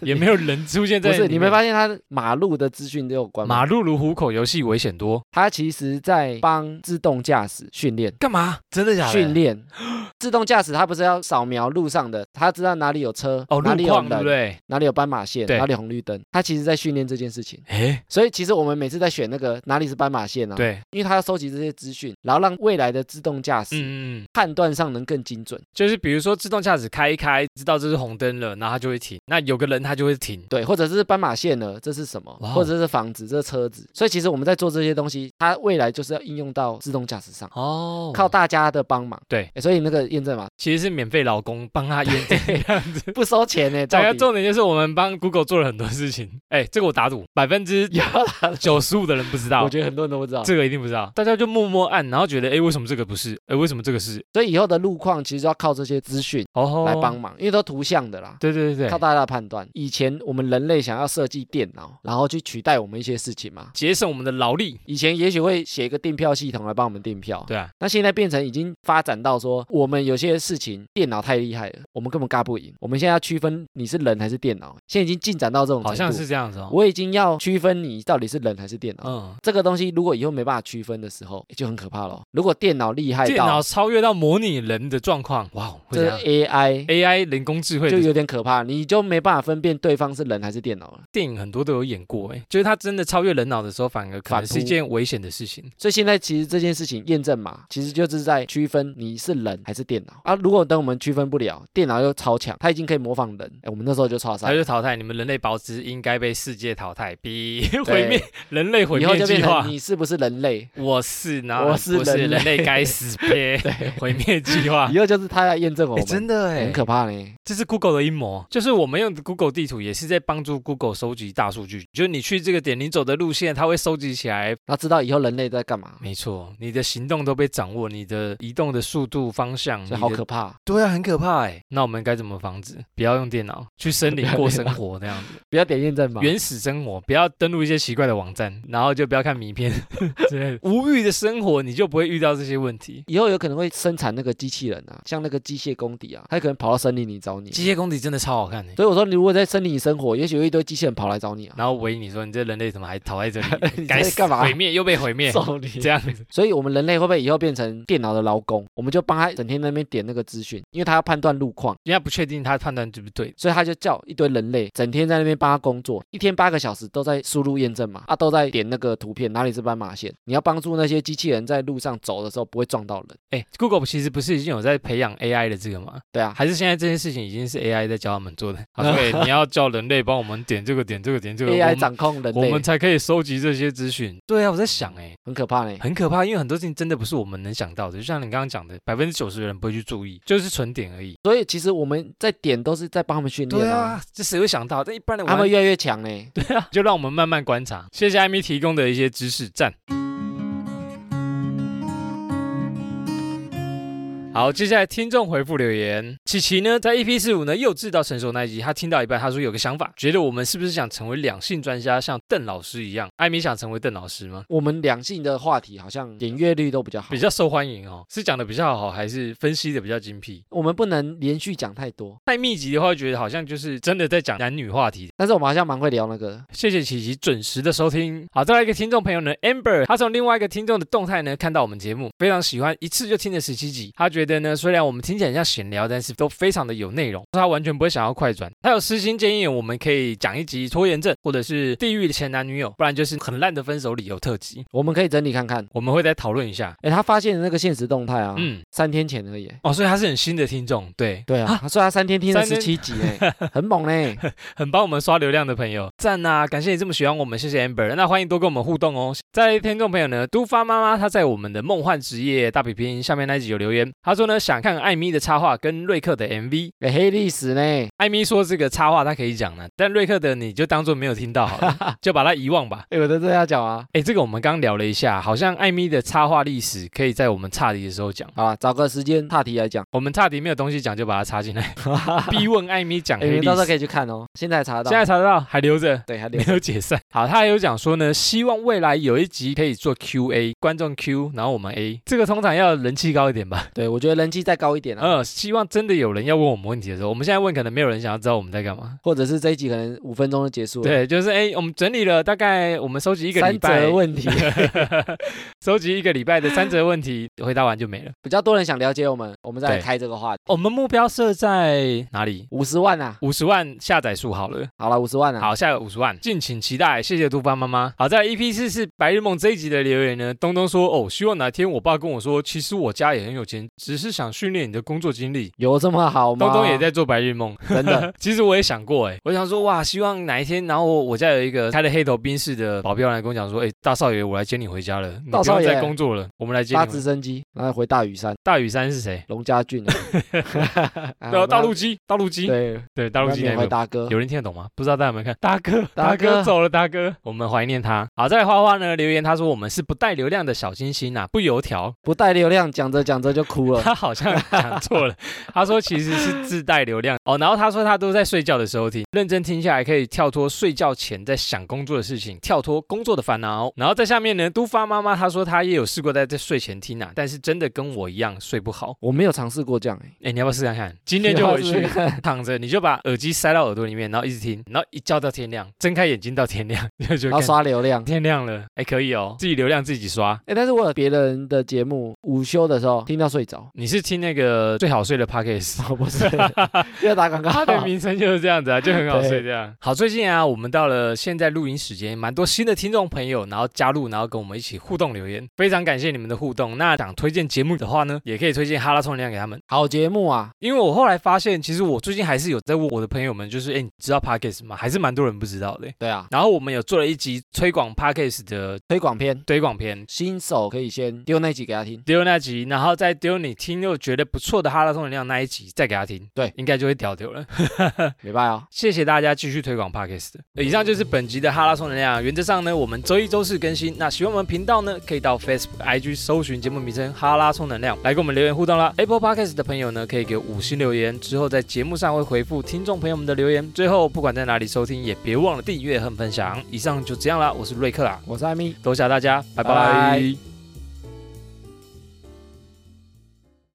S1: 也没有人出现
S2: 不
S1: 在
S2: 是你没发
S1: 现
S2: 现他马路的资讯都有关吗？
S1: 马路如虎口，游戏危险多，
S2: 他其实在帮自动驾驶训练。
S1: 干嘛？真的假的？
S2: 训练自动驾驶，它不是要扫描路上的，它知道哪里有车，
S1: 哦，
S2: 哪
S1: 路
S2: 里有
S1: 况对
S2: 人，
S1: 不对？
S2: 哪里有斑马线，
S1: 对
S2: 哪里有红绿灯，它其实在训练这件事情。
S1: 哎，
S2: 所以其实我们每次在选那个哪里是斑马线啊，，
S1: 对，
S2: 因为它要收集这些资讯，然后让未来的自动驾
S1: 嗯
S2: 驶
S1: 嗯嗯，
S2: 判断上能更精准。
S1: 就是比如说自动驾驶开一开，知道这是红灯了，然后它就会停，那有个人他就会停。
S2: 对，或者是斑马线呢？这是什么
S1: 哇哦？
S2: 或者是房子，这是车子。所以其实我们在做这些东西，它未来就是要应用到自动驾驶上，
S1: 哦
S2: 靠大家的帮忙。欸
S1: 对
S2: 诶，所以那个 验证码
S1: 其实是免费劳工帮他验证这样 子。
S2: 不收钱呢，
S1: 讲
S2: 到
S1: 个
S2: 底
S1: 重点就是我们帮 Google 做了很多事情，哎，这个我打赌百分之
S2: 有啦，
S1: 九十五的人不知道
S2: 我，觉得很多人都不知道。
S1: 这个一定不知道，大家就默默按，然后觉得哎为什么这个不是，哎为什么这个是，
S2: 所以以后的路况其实就要靠这些资讯
S1: 哦
S2: 来帮，忙，因为都图像的啦。
S1: 对对对
S2: 靠
S1: 对，
S2: 大家的判断。以前我们人类想要设计电脑，然后去取代我们一些事情嘛。
S1: 节省我们的劳力，
S2: 以前也许会写一个订票系统来帮我们订票，
S1: 对啊，
S2: 那现在变成已经发展到说，我们有些事情电脑太厉害了，我们根本尬不赢。我们现在要区分你是人还是电脑，现在已经进展到这种程度。
S1: 好像是，这样子哦，
S2: 我已经要区分你到底是人还是电脑。
S1: 嗯，
S2: 这个东西如果以后没办法区分的时候，就很可怕咯。如果电脑厉害
S1: 电
S2: 到
S1: 脑超越到模拟人的状况，哇，会
S2: 这
S1: 这
S2: 个
S1: 样
S2: AI
S1: AI 人工智慧
S2: 就
S1: 的
S2: 有点可怕，你就没办法分辨对方是人还是电脑了。
S1: 电影很多都有演过，哎，就是它真的超越人脑的时候，反而可能
S2: 反扑
S1: 是一件危险的事情，
S2: 所以现在其实这件事情验证码，其实就是在区分你是人还是电脑啊。如果等我们区分不了，电脑又超强，它已经可以模仿人，哎，我们那时候就超
S1: 它
S2: 赛。
S1: 就淘汰你们人类保持应该被世界淘汰，比
S2: 对
S1: 毁灭 人类毁
S2: 以后
S1: 灭
S2: 就
S1: 计
S2: 变
S1: 划
S2: 成。你是不是人类？
S1: 我是，然后
S2: 我是
S1: 不是
S2: 人类
S1: 人类该 死别， 对，毁灭计划。
S2: 以后就是它来验证我
S1: 哎，
S2: 们，
S1: 真的哎
S2: 很，可怕呢。
S1: 这是 Google 的阴谋，啊就是我们用 Google 地图也是在帮助 Google 收集大数据，就是你去这个点，你走的路线，它会收集起来。
S2: 然后知道以后人类在干嘛，
S1: 没错，你的行动都被掌握，你的移动的速度、方向，
S2: 所以好
S1: 你的
S2: 可怕。欸
S1: 对啊，很可怕哎。那我们该怎么防止？不要用电脑去森林过生活那样子，
S2: 不要点验证码，
S1: 原始生活，不要登录一些奇怪的网站，然后就不要看迷片 之类的。无欲的生活，你就不会遇到这些问题。
S2: 以后有可能会生产那个机器人啊，像那个机械公敌啊，它可能跑到森林里找你。啊
S1: 机械公敌真的超好看的。
S2: 所以我说，你如果在森林里生活，也许有一堆机器人跑来找你啊，
S1: 然后维你说你这人类怎么还逃在这
S2: 你
S1: 里？
S2: 在
S1: 该死
S2: 干嘛
S1: 毁灭又被毁灭，
S2: 揍你
S1: 这样子。
S2: 所以我们人类会不会以后变成电脑的劳工？我们就帮他整天在那边点那个资讯，因为他要判断路况，
S1: 人家不确定他的判断对不对，
S2: 所以他就叫一堆人类整天在那边帮他工作，一天八个小时都在输入验证码啊，都在点那个图片哪里是斑马线。你要帮助那些机器人在路上走的时候不会撞到人，
S1: 哎，Google 其实不是已经有在培养 AI 的这个吗？
S2: 对啊。
S1: 还是现在这件事情已经是 AI 在教他们做 的？啊，对，你要叫人类帮我们点这个点这个点 这个
S2: AI
S1: 我们
S2: 掌控人
S1: 我
S2: 类
S1: 们，才可以收集这些资讯。对啊，我在想哎、
S2: 很可怕呢。
S1: 很可怕，因为很多事情真的不是我们能想到的，就像你刚刚讲的，百分之九十的人不会去注意，就是纯点而已。
S2: 所以其实我们在点都是在帮他们训练啊，，
S1: 这谁会想到？但一般的我
S2: 他
S1: 们
S2: 们越来越强呢。
S1: 就让我们慢慢观察。谢谢艾米提供的一些知识，赞。好，接下来听众回复留言。琪琪呢，在 EP 四五呢幼稚到成熟那一集，他听到一半，他说有个想法，觉得我们是不是想成为两性专家，像邓老师一样？艾米想成为邓老师吗？
S2: 我们两性的话题好像点阅率都比较好
S1: 比，较受欢迎哦，是讲的比较好，还是分析的比较精辟？
S2: 我们不能连续讲太多，
S1: 太密集的话，会觉得好像就是真的在讲男女话题。
S2: 但是我们好像蛮会聊那个的。
S1: 谢谢琪琪准时的收听。好，再来一个听众朋友呢，Amber，他从另外一个听众的动态呢看到我们节目，非常喜欢，一次就听了十七集。他觉得呢，虽然我们听起来很像闲聊，但是都非常的有内容，他完全不会想要快转。他有私心建议，我们可以讲一集拖延症，或者是地狱的前男女友，不然就是很烂的分手理由特辑，
S2: 我们可以整理看看。
S1: 我们会再讨论一下。
S2: 哎，他发现那个现实动态啊，
S1: 嗯，
S2: 三天前而已。
S1: 哦，所以他是很新的听众，对，
S2: 对啊，所以他三天听了
S1: 啊三
S2: 十
S1: 天
S2: 七集哎，很猛嘞。
S1: 很帮我们刷流量的朋友，赞啊！感谢你这么喜欢我们，谢谢 Amber。那欢迎多跟我们互动哦。在听众朋友呢，都发妈妈她在我们的梦幻职业大比拼下面那一集有留言，她说呢想看艾米的插画跟瑞克的 MV。
S2: 哎、黑历史呢？
S1: 艾米说这个插画她可以讲呢，但瑞克的你就当做没有听到好 了，就把它遗忘吧。
S2: 哎、我都这样讲啊。
S1: 哎，这个我们刚聊了一下，好像艾米的插画历史可以在我们岔题的时候讲。
S2: 好啊，找个时间岔题来讲，
S1: 我们岔题没有东西讲，就把它插进 来，逼问艾米讲
S2: 哎、
S1: 黑
S2: 你
S1: 历
S2: 到时候
S1: 史。
S2: 可以去看哦。现在查得到，
S1: 现在查得到，还留着。
S2: 对，还 留
S1: 没
S2: 着。
S1: 有解散。好，他还有讲说呢，希望未来有一集可以做 Q&A，观众 Q，然后我们 A，这个通常要人气高一点吧。
S2: 对，我觉得人气再高一点啊，
S1: 呃，希望真的有人要问我们问题的时候，我们现在问可能没有人想要知道我们在干嘛。
S2: 或者是这一集可能五分钟就结束了。，
S1: 对，就是哎，我们整理了大概我们收集一个礼
S2: 三
S1: 拜
S2: 则，问题，
S1: 收集一个礼拜的三则问题，回答完就没了。
S2: 比较多人想了解我们，我们再来
S1: 对
S2: 开这个话题。
S1: 我们目标设在哪里？
S2: 五十万啊，
S1: 五十万下载数好了，
S2: 好了，五十万啊，
S1: 好，下个五十万，敬请期待，谢谢杜爸妈妈。好，在 EP 四是白日梦这一集的留言呢，东东说哦，希望哪天我爸跟我说，其实我家也很有钱，只是想训练你的工作经历。
S2: 有这么好吗？
S1: 东东也，在做白日梦，
S2: 真的
S1: 其实我也想过哎，我想说哇，希望哪一天，然后我我家有一个开了黑头宾士的保镖来跟我讲说，哎，大少爷，我来接你回家了，你
S2: 大
S1: 不
S2: 少
S1: 要
S2: 爷
S1: 再工作了，我们来接
S2: 搭
S1: 你
S2: 直
S1: 回。
S2: 升机，然后回大屿山，
S1: 大屿山是谁？
S2: 龙家俊 啊，啊
S1: 对啊，大陆，
S2: 我
S1: 机，大陆机，
S2: 们
S1: 对，大
S2: 要
S1: 陆
S2: 对，
S1: 机
S2: 缅
S1: 那
S2: 怀
S1: 个。
S2: 大哥，
S1: 有人听得懂吗？不知道大家有没有看？大哥，
S2: 大
S1: 大
S2: 哥
S1: 哥走了，大哥，我们怀念他。好，在花花呢留言，他说我们是不带流量的小清新啊，不油条。
S2: 不带流量，讲着讲着就哭了。
S1: 他好像讲错了， 他说其实是自带流量哦。然后他说他都在睡觉的时候听，认真听下来可以跳脱睡觉前在想工作的事情，跳脱工作的烦恼。然后在下面呢，都发妈妈她说她也有试过在这睡前听啊，但是真的跟我一样睡不好。
S2: 我没有尝试过这样，哎
S1: 哎，你要不要试看看？今天就回
S2: 你要
S1: 去
S2: 试试看
S1: 躺着，你就把耳机塞到耳朵里面，然后一直听，然后一觉到天亮，睁开眼睛到天亮， 你就觉
S2: 然
S1: 得
S2: 后刷流量。
S1: 天亮了，哎，可以哦，自己流量自己刷。
S2: 哎，但是我有别人的节目，午休的时候听到睡着，
S1: 你是听那个最好睡的 podcast，
S2: 哦，不是，又打广告，
S1: 它的名称就是这样子啊，就很好
S2: 对
S1: 睡这样。好，最近啊，我们到了现在录音时间，蛮多新的听众朋友，然后加入，然后跟我们一起互动留言，非常感谢你们的互动。那想推荐节目的话呢，也可以推荐哈拉充能量给他们，
S2: 好节目啊，
S1: 因为我后来发现，其实我最近还是有在问我的朋友们，就是哎，你知道 podcast 吗？还是蛮多人不知道的。
S2: 对啊，
S1: 然后我们有做了一集推广 podcast 的
S2: 推广片，
S1: 推广片，
S2: 新手可以先丢那集给他听，
S1: 丢那集，然后再丢你听又觉得不错的哈拉充能量那一集，再给他听，
S2: 对
S1: 应该就会屌丢了。
S2: 礼拜哦，
S1: 谢谢大家继续推广 Podcast。以上就是本集的哈拉充能量。原则上呢，我们周一、周四更新。那喜欢我们频道呢，可以到 Facebook、IG 搜寻节目名称“哈拉充能量”来跟我们留言互动啦。Apple Podcast 的朋友呢，可以给五星留言，之后在节目上会回复听众朋友们的留言。最后，不管在哪里收听，也别忘了订阅和分享。以上就这样啦，我是瑞克啦，
S2: 我是艾米。
S1: 多谢大家，拜拜
S2: 拜拜